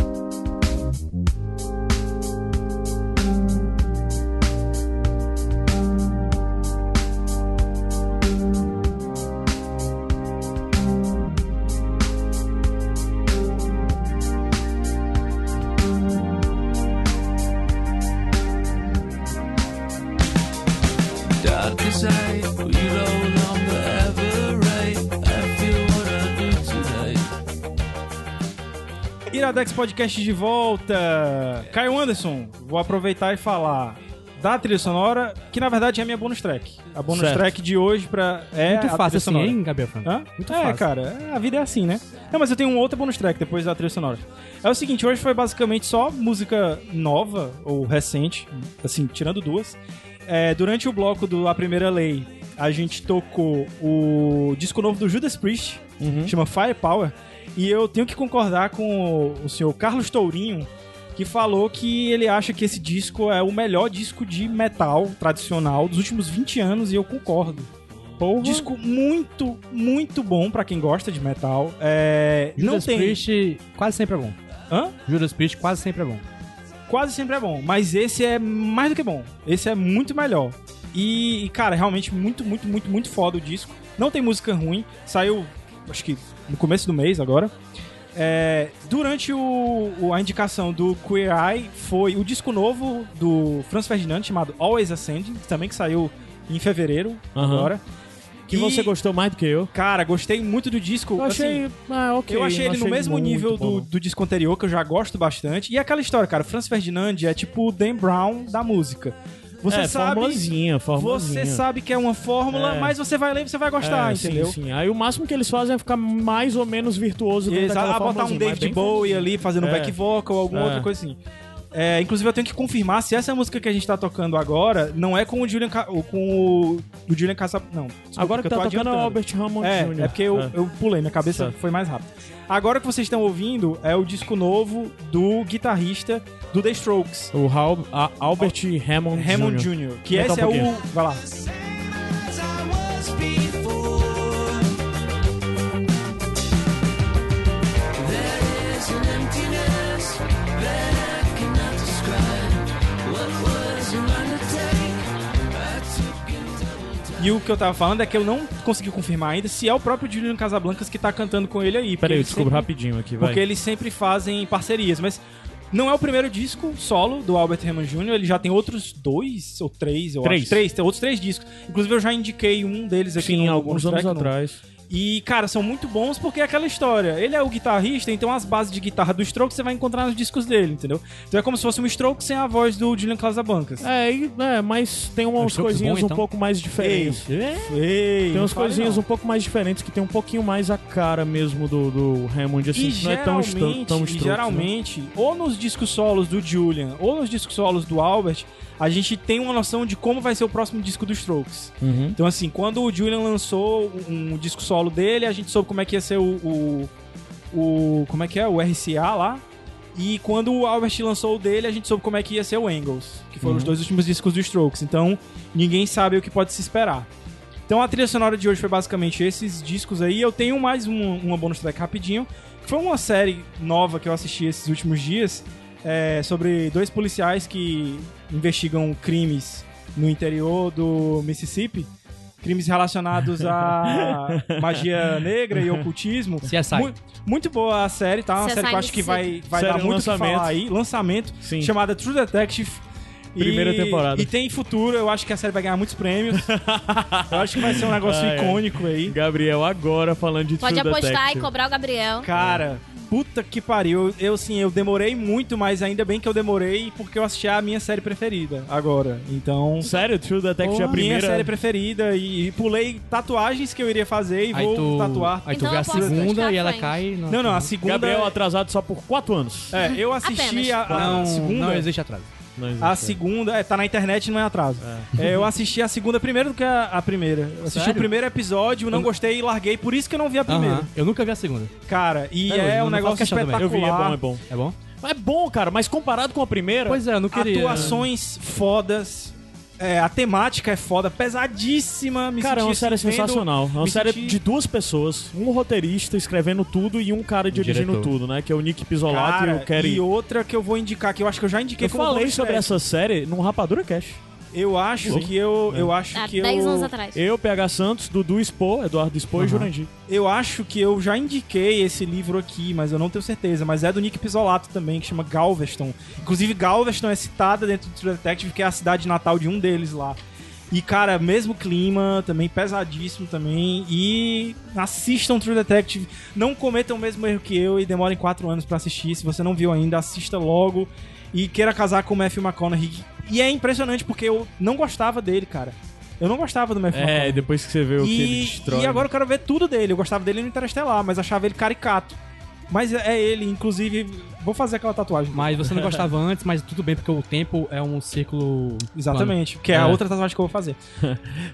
G: Dark desire, we no longer ever right. I feel what I do tonight.
A: Iradex Podcast de volta. Caio Anderson, vou aproveitar e falar da trilha sonora, que na verdade é a minha bonus track. A bonus
B: Certo.
A: track de hoje pra, é a
C: Muito
A: trilha
C: fácil assim,
A: sonora.
C: hein, Gabriel Franco?
A: Hã?
C: Muito
A: é,
C: fácil.
A: cara, a vida é assim, né? Não, mas eu tenho um outro bonus track depois da trilha sonora. É o seguinte, hoje foi basicamente só música nova ou recente, assim, tirando duas. É, durante o bloco do A Primeira Lei, a gente tocou o disco novo do Judas Priest,
C: Uhum.
A: chama Firepower, e eu tenho que concordar com o senhor Carlos Tourinho, que falou que ele acha que esse disco é o melhor disco de metal tradicional dos últimos 20 anos, e eu concordo. Disco muito, muito bom pra quem gosta de metal. É, não
C: Judas
A: tem.
C: Priest quase sempre é bom.
A: Hã?
C: Judas Priest quase sempre é bom.
A: Quase sempre é bom, mas esse é mais do que bom. Esse é muito melhor. E, e, cara, realmente muito, muito, muito, muito foda o disco. Não tem música ruim. Saiu, acho que no começo do mês agora. É, durante o, o- a indicação do Queer Eye foi o disco novo do Franz Ferdinand chamado Always Ascending, também que saiu em fevereiro
B: Aham.
A: agora.
B: Que
A: E,
B: você gostou mais do que eu.
A: Cara, gostei muito do disco.
B: Eu
A: assim,
B: achei. ah, ok.
A: eu achei
B: não
A: ele no mesmo
B: muito
A: nível
B: bom,
A: do, do disco anterior, que eu já gosto bastante. E aquela história, cara, Franz Ferdinand é tipo o Dan Brown da música.
B: não.
A: Você
B: é,
A: sabe.
B: formulazinha, formulazinha.
A: Você sabe que é uma fórmula,
B: É.
A: mas você vai ler e você vai
B: É,
A: gostar,
B: sim,
A: entendeu?
B: Sim, Aí o máximo que eles fazem é ficar mais ou menos virtuoso dentro
A: Exato.
B: daquela
A: Ah, botar um
B: formulazinha, mas é
A: David
B: bem
A: Bowie ali fazendo
B: É.
A: back vocal, alguma
B: É.
A: outra coisa assim. É, inclusive, eu tenho que confirmar se essa música que a gente tá tocando agora não é com o Julian... Ca... ou Com o, o Julian Casab... Não, desculpa,
B: Agora que
A: eu
B: tá
A: tô
B: tocando é o
A: adiantando.
B: Albert Hammond Jr.
A: É, é porque eu, eu pulei, minha cabeça
B: Ah. Certo.
A: foi mais rápido. Agora que vocês estão ouvindo é o disco novo do guitarrista do The Strokes,
B: O Hal- a- Albert Hammond,
A: Hammond
B: Jr.
A: Jr. Que
B: Vou botar
A: esse é
B: um
A: o. Vai lá.
G: Same as I was before. There is an emptiness that I cannot describe. What was an undertake? I took in double time.
A: E o que eu tava falando é que eu não consegui confirmar ainda se é o próprio Julian Casablancas que tá cantando com ele aí. porque
B: Peraí, eu
A: eles
B: descubro
A: sempre-
B: rapidinho aqui, vai.
A: Porque eles sempre fazem parcerias, mas. Não é o primeiro disco solo do Albert Hammond Jr., ele já tem outros dois ou três, eu
B: Três.
A: acho. Três, tem outros três discos. Inclusive eu já indiquei um deles aqui
B: Sim,
A: no
B: alguns anos
A: track, no-
B: atrás.
A: E, cara, são muito bons porque é aquela história. Ele é o guitarrista, então as bases de guitarra do Strokes você vai encontrar nos discos dele, entendeu? Então é como se fosse um Strokes sem a voz do Julian Casablancas.
B: É, e- é, mas tem umas
C: Acho que é
B: coisinhas
C: bom,
B: um
C: então.
B: pouco mais diferentes. É,
A: Ei,
B: Tem umas coisinhas um pouco mais diferentes que tem um pouquinho mais a cara mesmo do, do Hammond, assim,
A: e
B: que não é tão, estra-
A: geralmente,
B: tão
A: e
B: estroto, né?
A: geralmente ou nos discos solos do Julian ou nos discos solos do Albert, a gente tem uma noção de como vai ser o próximo disco dos Strokes.
B: Uhum.
A: Então, assim, quando o Julian lançou um disco solo dele, a gente soube como é que ia ser o. o, o- como é que é? O RCA lá. E quando o Albert lançou o dele, a gente soube como é que ia ser o Angles, que foram os dois últimos discos do Strokes. Então, ninguém sabe o que pode se esperar. Então, a trilha sonora de hoje foi basicamente esses discos aí. Eu tenho mais um, uma bonus track rapidinho. que Foi uma série nova que eu assisti esses últimos dias é, sobre dois policiais que investigam crimes no interior do Mississippi. Crimes relacionados a magia negra e ocultismo.
C: CSI.
A: Mu- muito boa a série, tá? Uma
D: CSI
A: série que eu acho que vai, vai
B: Série,
A: dar muito o que
B: lançamento.
A: falar aí. Lançamento.
B: Sim.
A: Chamada True Detective. E-
B: Primeira temporada.
A: E tem futuro, eu acho que a série vai ganhar muitos prêmios. eu acho que vai ser um negócio
B: Ai, ai.
A: icônico aí.
B: Gabriel, agora falando de
D: Pode
B: True
D: apostar
B: Detective.
D: e cobrar o Gabriel.
A: Cara, puta que pariu. Eu, assim, eu demorei muito, mas ainda bem que eu demorei porque eu assisti a minha série preferida agora. Então...
B: Sério, True Detective é
A: Minha
B: a primeira.
A: série preferida e, e pulei tatuagens que eu iria fazer e
C: Aí
A: vou
C: tu,
A: tatuar.
C: aí tu
D: Então
C: vê
D: eu
C: a
D: posso
C: segunda
D: ficar
C: e ela
D: frente.
C: cai. na-
A: Não, não, a segunda.
B: Gabriel atrasado só por 4 anos.
A: É, eu assisti a, a
C: Não,
A: segunda.
C: não existe atraso.
B: Não existe,
A: A
B: é.
A: segunda. É, tá na internet não é atraso. É, eu assisti a segunda primeiro do que a, a primeira. Eu assisti
C: Sério?
A: o primeiro episódio, não gostei e larguei, por isso que eu não vi a primeira.
C: Aham. Eu nunca vi a segunda.
A: Cara, e
C: É,
A: é,
C: eu
A: um
C: não
A: negócio
C: faço questão também.
A: espetacular.
B: Eu vi, é bom, é bom.
C: É bom?
B: É bom, cara, mas comparado com a primeira.
C: Pois é, eu não queria.
A: Atuações fodas. é, a temática é foda, pesadíssima. Me
B: Cara, é
A: senti
B: uma série
A: assistindo,
B: sensacional. É uma
A: me
B: série
A: senti-
B: de duas pessoas, um roteirista escrevendo tudo e um cara dirigindo
C: diretor.
B: tudo, né? Que é o Nick Pizzolato
A: Cara,
B: e o Kerry.
A: e outra que eu vou indicar, que eu acho que eu já indiquei
B: Eu
A: como
B: falei
A: bonus
B: sobre
A: track.
B: essa série num Rapadura Cash.
A: Eu acho
B: Sim. É.
A: que eu. Eu acho
D: Há
A: que
D: 10
A: eu.
D: anos atrás.
B: Eu, PH Santos, Dudu Expo, Eduardo Expo e Jurandir.
A: Eu acho que eu já indiquei esse livro aqui, mas eu não tenho certeza. Mas é do Nick Pizzolato também, que chama Galveston. Inclusive, Galveston é citada dentro do True Detective, que é a cidade natal de um deles lá. E, cara, mesmo clima, também pesadíssimo também. E assistam True Detective. Não cometam o mesmo erro que eu e demorem quatro anos pra assistir. Se você não viu ainda, assista logo. E queira casar com o Matthew McConaughey. E é impressionante, porque eu não gostava dele, cara. Eu não gostava do Matthew
B: É,
A: McConaughey.
B: depois que você vê o que ele
A: E,
B: destrói. né?
A: e agora eu quero ver tudo dele. Eu gostava dele no Interestelar, mas achava ele caricato. Mas é ele, inclusive. Vou fazer aquela tatuagem.
C: Mas você não gostava antes, mas tudo bem, porque o tempo é um círculo.
A: Exatamente. Que é, a
B: É.
A: outra tatuagem que eu vou fazer.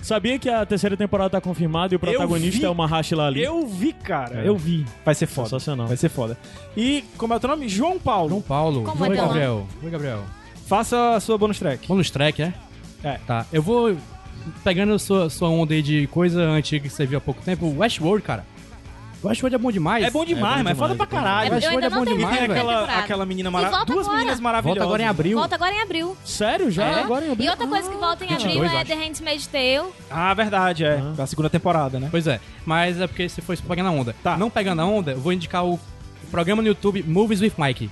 B: Sabia que a terceira temporada tá confirmada e o protagonista
A: vi-
B: é o Mahashi Lali?
A: Eu vi, cara.
B: É.
A: Eu vi. Vai ser foda.
B: Sensacional.
A: Vai ser foda. E como é o teu nome? João Paulo.
C: João Paulo.
D: Como
C: Oi,
D: é teu
C: Gabriel. Oi, Gabriel.
A: Faça a sua bonus track.
C: Vamos nos track, é?
A: É.
C: Tá. Eu vou. Pegando sua, sua onda aí de coisa antiga que você viu há pouco tempo, Westworld, cara. Westworld é bom demais.
A: É bom demais,
B: É bom
A: mas é foda pra
B: demais,
D: é,
A: caralho.
D: eu ainda
C: é
D: não
C: bom
A: E
C: demais,
D: terminei a
A: tem
D: primeira
A: aquela,
D: temporada.
A: aquela menina
D: E volta
A: maravilhosa. Duas
D: agora.
A: meninas
C: Volta
A: maravilhosas.
C: agora em abril.
D: Volta agora em abril.
B: Sério?
A: É,
B: Já? é
D: Aham.
B: Agora em abril?
D: E outra coisa que volta em
C: 22,
D: abril é
C: acho.
D: The Handmaid's Tale.
A: Ah, verdade, é.
B: Ah.
A: Da segunda temporada, né?
C: Pois é, mas é porque você foi pegando a onda.
A: Tá.
C: Não pegando a onda, eu vou indicar o programa no YouTube Movies with Mike.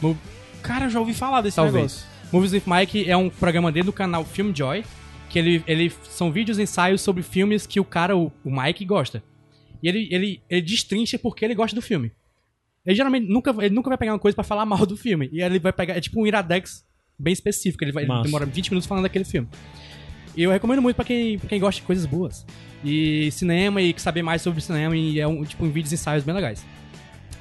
C: Mo-
A: Cara, eu já ouvi falar desse
C: Talvez.
A: negócio.
C: Movies with Mike é um programa dele do canal Film Joy, que ele, ele são vídeos ensaios sobre filmes que o cara, o, o Mike, gosta. E ele, ele, ele destrincha porque ele gosta do filme. Ele geralmente nunca, ele nunca vai pegar uma coisa pra falar mal do filme. E ele vai pegar, é tipo um Iradex bem específico, ele, vai, ele
B: Massa.
C: demora 20 minutos falando daquele filme. E eu recomendo muito pra quem, pra quem gosta de coisas boas. E cinema e saber mais sobre cinema e é um tipo um vídeos ensaios bem legais.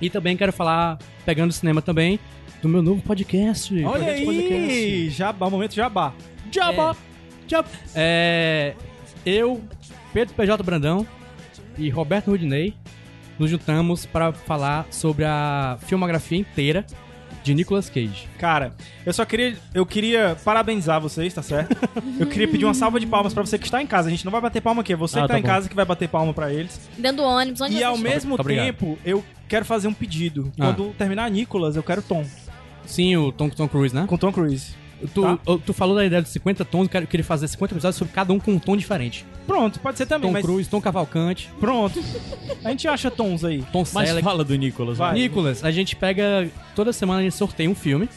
C: E também quero falar, pegando cinema também, do meu novo podcast.
A: Olha
C: Projeto
A: aí, jabá, momento jabá.
C: É.
A: Jabá.
C: Tchau. É, eu, Pedro PJ Brandão e Roberto Rudinei nos juntamos para falar sobre a filmografia inteira de Nicolas Cage.
A: Cara, eu só queria. Eu queria parabenizar vocês, tá certo? Eu queria pedir uma salva de palmas pra você que está em casa. A gente não vai bater palma aqui, é você
B: Ah,
A: que tá,
B: tá
A: em
B: bom.
A: casa que vai bater palma pra eles.
D: Dentro do ônibus, onde
A: e
D: você
A: ao
D: está.
A: mesmo
C: Obrigado.
A: tempo, eu quero fazer um pedido.
C: Ah.
A: Quando terminar Nicolas, eu quero Tom.
C: Sim, o Tom, Tom Cruise, né?
A: Com Tom Cruise.
C: Tu,
A: tá.
C: eu- tu falou da ideia dos 50 tons, eu quero- eu queria fazer 50 episódios sobre cada um com um tom diferente.
A: Pronto, pode ser também,
C: Tom
A: mas.
C: Cruise, Tom Cavalcante,
A: Pronto. A gente acha tons aí.
C: Tom
B: Mas
C: Selleck.
B: fala do Nicolas.
A: é Vai.
B: né?
C: Nicolas, a gente pega. Toda semana a gente sorteia um filme.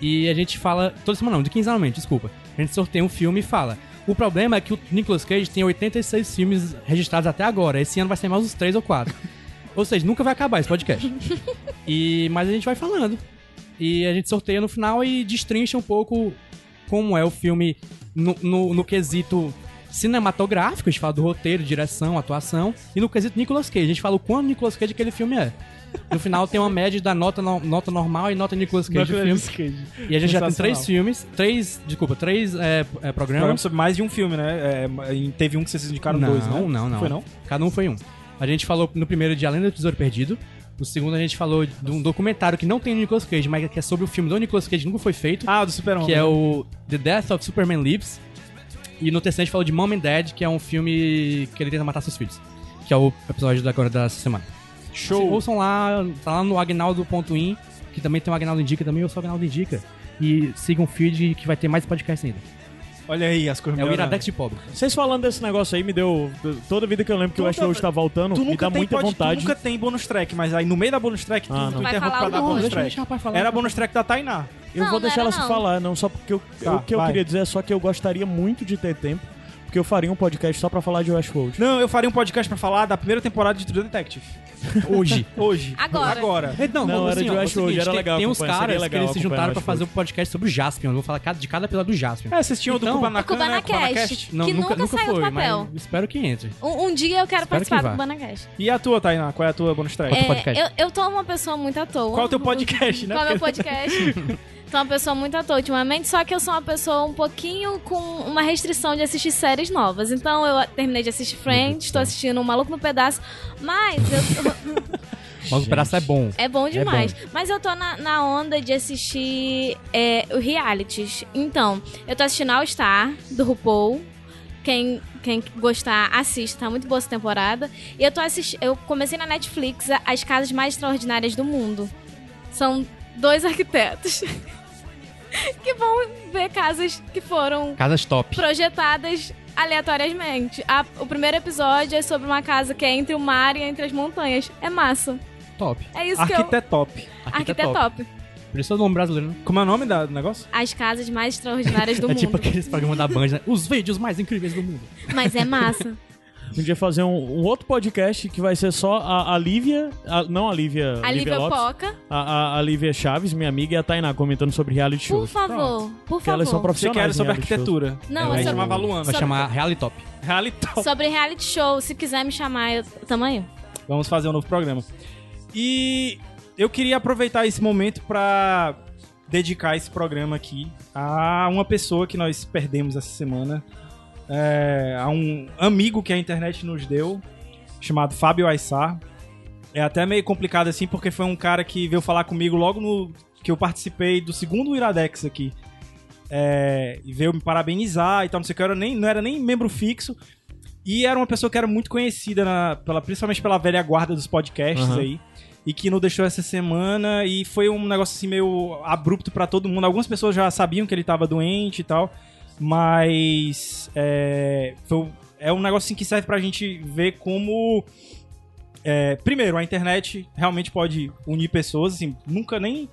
C: E a gente fala. Toda semana não, de quinzenalmente, desculpa. A gente sorteia um filme e fala. O problema é que o Nicolas Cage tem 86 filmes registrados até agora. Esse ano vai ser mais uns 3 ou 4. ou seja, nunca vai acabar esse podcast. e, mas a gente vai falando. E a gente sorteia no final e destrincha um pouco como é o filme no, no, no quesito cinematográfico, a gente fala do roteiro, direção, atuação, e no quesito Nicolas Cage, a gente fala o quão Nicolas Cage aquele filme é. No final tem uma média da nota, no- nota normal e nota Nicolas Cage
B: é
C: do filme. E a gente já tem três filmes, três, desculpa, três é, é,
A: Programa
C: programas.
A: sobre mais de um filme, né? É, e teve um que vocês indicaram
C: não,
A: dois, né?
C: não, não.
A: Foi não?
C: Cada um foi um. A gente falou no primeiro de Além do Tesouro Perdido. No segundo a gente falou de um documentário que não tem o Nicolas Cage, mas que é sobre o filme do Nicolas Cage, nunca foi feito.
A: Ah, do Super-Homem.
C: que é o The Death of Superman Lives. E no terceiro a gente falou de Mom and Dad, que é um filme que ele tenta matar seus filhos. Que é o episódio da agora dessa semana. Show! Ouçam lá, tá lá no agnaldo.in, que também tem o Agnaldo Indica também, eu sou o Agnaldo Indica. E sigam o feed que vai ter mais podcast ainda.
A: Olha aí as coisas
C: É o
A: melhorando.
C: Iradex de Pobre.
B: Vocês falando desse negócio aí me deu. Toda vida que eu lembro que o
A: Toda-
B: Westworld tá voltando,
A: Tu
B: me
A: nunca,
B: dá
A: tem,
B: muita
A: pode- tu
B: vontade.
A: nunca tem bonus track, mas aí no meio da bonus track tu,
B: Ah,
A: tu
B: não.
D: Vai
A: interrompe pra
D: falar
A: dar
D: alguma
A: bonus
D: coisa,
A: track.
C: rapaz
A: Era a bonus track da Tainá.
B: Eu
D: Não,
B: vou
D: não
B: deixar
D: era,
B: ela se
D: não.
B: falar, não, só porque eu-
A: Tá,
B: o que eu
A: vai.
B: queria dizer é só que eu gostaria muito de ter tempo, porque eu faria um podcast só pra falar de Westworld.
A: Não, eu faria um podcast pra falar da primeira temporada de True Detective.
C: Hoje.
A: Hoje.
D: Agora.
A: Agora.
C: Não,
B: Não,
C: vamos
B: era de
C: ó, é o
B: Westworld,
C: seguinte,
B: era
C: tem-
B: legal
C: Tem uns
B: acompanhar, seria
C: caras que
B: legal
C: eles se juntaram pra
B: acompanhar
C: fazer um podcast sobre o Jaspion. Eu vou falar de cada episódio do Jaspion.
A: É, vocês tinham
C: Então,
A: do Kubanacan,
D: o Kubanacan.
A: né? Kubanacast.
C: Não,
D: que
C: nunca,
D: nunca saiu
C: foi,
D: do papel.
C: mas espero que entre.
D: Um, um dia eu quero
C: Espero que
D: participar
C: vá.
D: do Banacast.
A: E a tua, Tainá? Qual é a tua bonus track?
D: É,
C: podcast.
D: eu, eu tô uma pessoa muito à toa.
A: Qual é o teu podcast, né?
D: Qual é o meu podcast? Sou uma pessoa muito à toa ultimamente, só que eu sou uma pessoa um pouquinho com uma restrição de assistir séries novas. Então eu terminei de assistir Friends,
C: Uhum.
D: tô assistindo O Maluco no Pedaço, mas eu tô-
C: Mas o pedaço é bom.
D: é bom demais. Mas eu tô na, na onda de assistir é, o realities. Então, eu tô assistindo All Star, do RuPaul. Quem, quem gostar, assista. Tá muito boa essa temporada. E eu tô assistindo... Eu comecei na Netflix a- As Casas Mais Extraordinárias do Mundo. São dois arquitetos que vão ver casas que foram
C: Casas top.
D: projetadas aleatoriamente. A- o primeiro episódio é sobre uma casa que é entre o mar e entre as montanhas. É massa.
C: Top. tá
D: É isso que eu...
A: Arquitetop.
C: é
D: Arquitetop.
C: Por isso é o nome brasileiro, né?
A: Como é o nome da- do negócio?
D: As casas mais extraordinárias do
C: é
D: mundo.
C: tipo aqueles programas da Band, né? Os vídeos mais incríveis do mundo.
D: Mas é massa.
B: Um dia fazer um, um outro podcast que vai ser só a, a Lívia. a- não a Lívia.
D: A Lívia
B: Lopes,
D: Poca,
B: a, a, a Lívia Chaves, minha amiga, e a Tainá comentando sobre reality
D: por
B: shows.
D: favor, por
B: tá Porque é elas são
D: favor.
A: Você
B: profissionais.
A: quer era
B: em
A: sobre
B: reality shows.
A: arquitetura.
D: Não,
A: Aí
D: é
A: chamava
D: sobre,
A: Luana.
C: Vai
D: Sobre-
C: chamar Realitop. Top.
A: Realitop.
D: sobre reality show. Se quiser me chamar, eu também.
A: Vamos fazer um novo programa. E eu queria aproveitar esse momento pra dedicar esse programa aqui a uma pessoa que nós perdemos essa semana, é, a um amigo que a internet nos deu, chamado Fábio Aissar. É até meio complicado assim, porque foi um cara que veio falar comigo logo no que eu participei do segundo Iradex aqui. É, e veio me parabenizar e tal, não sei o que, eu era nem, não era nem membro fixo, e era uma pessoa que era muito conhecida, na- pela, principalmente pela velha guarda dos podcasts
B: Aham.
A: aí. E que não deixou essa semana. E foi um negócio assim meio abrupto pra todo mundo. Algumas pessoas já sabiam que ele tava doente e tal. Mas. É, foi um- é um negócio assim que serve pra gente ver como. é, primeiro, a internet realmente pode unir pessoas. Assim, nunca nem.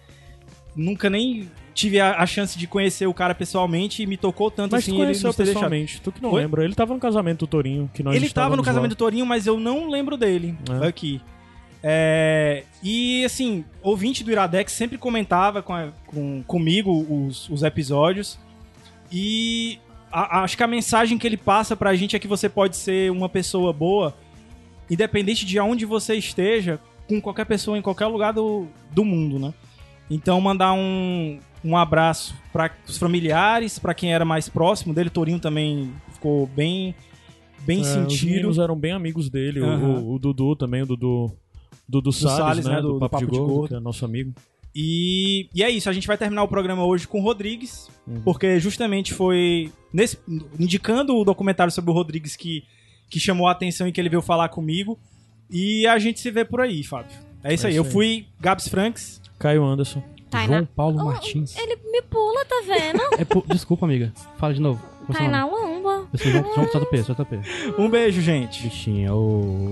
A: Nunca nem tive a, a chance de conhecer o cara pessoalmente e me tocou tanto
B: Mas
A: assim
B: tu
A: ele
B: conheceu
A: nos ter deixado.
B: pessoalmente. Tu que não
A: Oi?
B: lembra. Ele tava no casamento do Torinho, que nós
A: Ele tava no
B: estávamos
A: casamento
B: lá.
A: do Torinho, mas eu não lembro dele
B: É.
A: aqui. É, e assim, ouvinte do Iradex sempre comentava com a- com- comigo os, os episódios. E a- acho que a mensagem que ele passa pra gente é que você pode ser uma pessoa boa, independente de onde você esteja, com qualquer pessoa em qualquer lugar do, do mundo, né? Então, mandar um, um abraço para os familiares, pra quem era mais próximo dele. Torinho também ficou bem, bem
B: É, Os
A: sentido.
B: meninos eram bem amigos dele. o-
A: Aham.
B: O, o Dudu também, o Dudu. Dudu Salles,
A: Salles,
B: né?
A: né, do- do
B: Papo, de Gordo,
A: Gordo.
B: que é nosso amigo.
A: E, e é isso, a gente vai terminar o programa hoje com o Rodrigues,
B: Uhum.
A: porque justamente foi nesse- indicando o documentário sobre o Rodrigues que, que chamou a atenção e que ele veio falar comigo. E a gente se vê por aí, Fábio. É isso
B: É
A: aí.
B: isso
A: Eu
B: aí.
A: fui Gabs Franks.
B: Caio Anderson.
D: Tainá.
C: João Paulo
D: Oh,
C: Martins.
D: Ele me pula, tá vendo?
C: É por- Desculpa, amiga. Fala de novo. Qual é o seu
D: Tainá
C: nome?
D: Lamba.
C: Eu sou João, João solta o P, solta o P.
A: Um beijo, gente.
C: Bichinha, ô.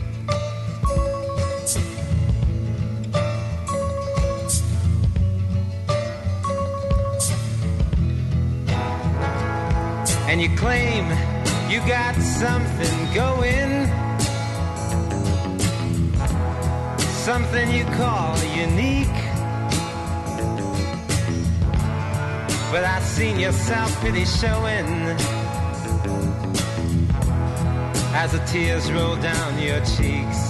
H: and you claim you got something going. Something you call unique. But I've seen your self pity showing as the tears roll down your cheeks.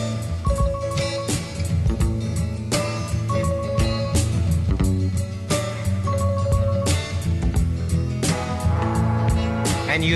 H: and you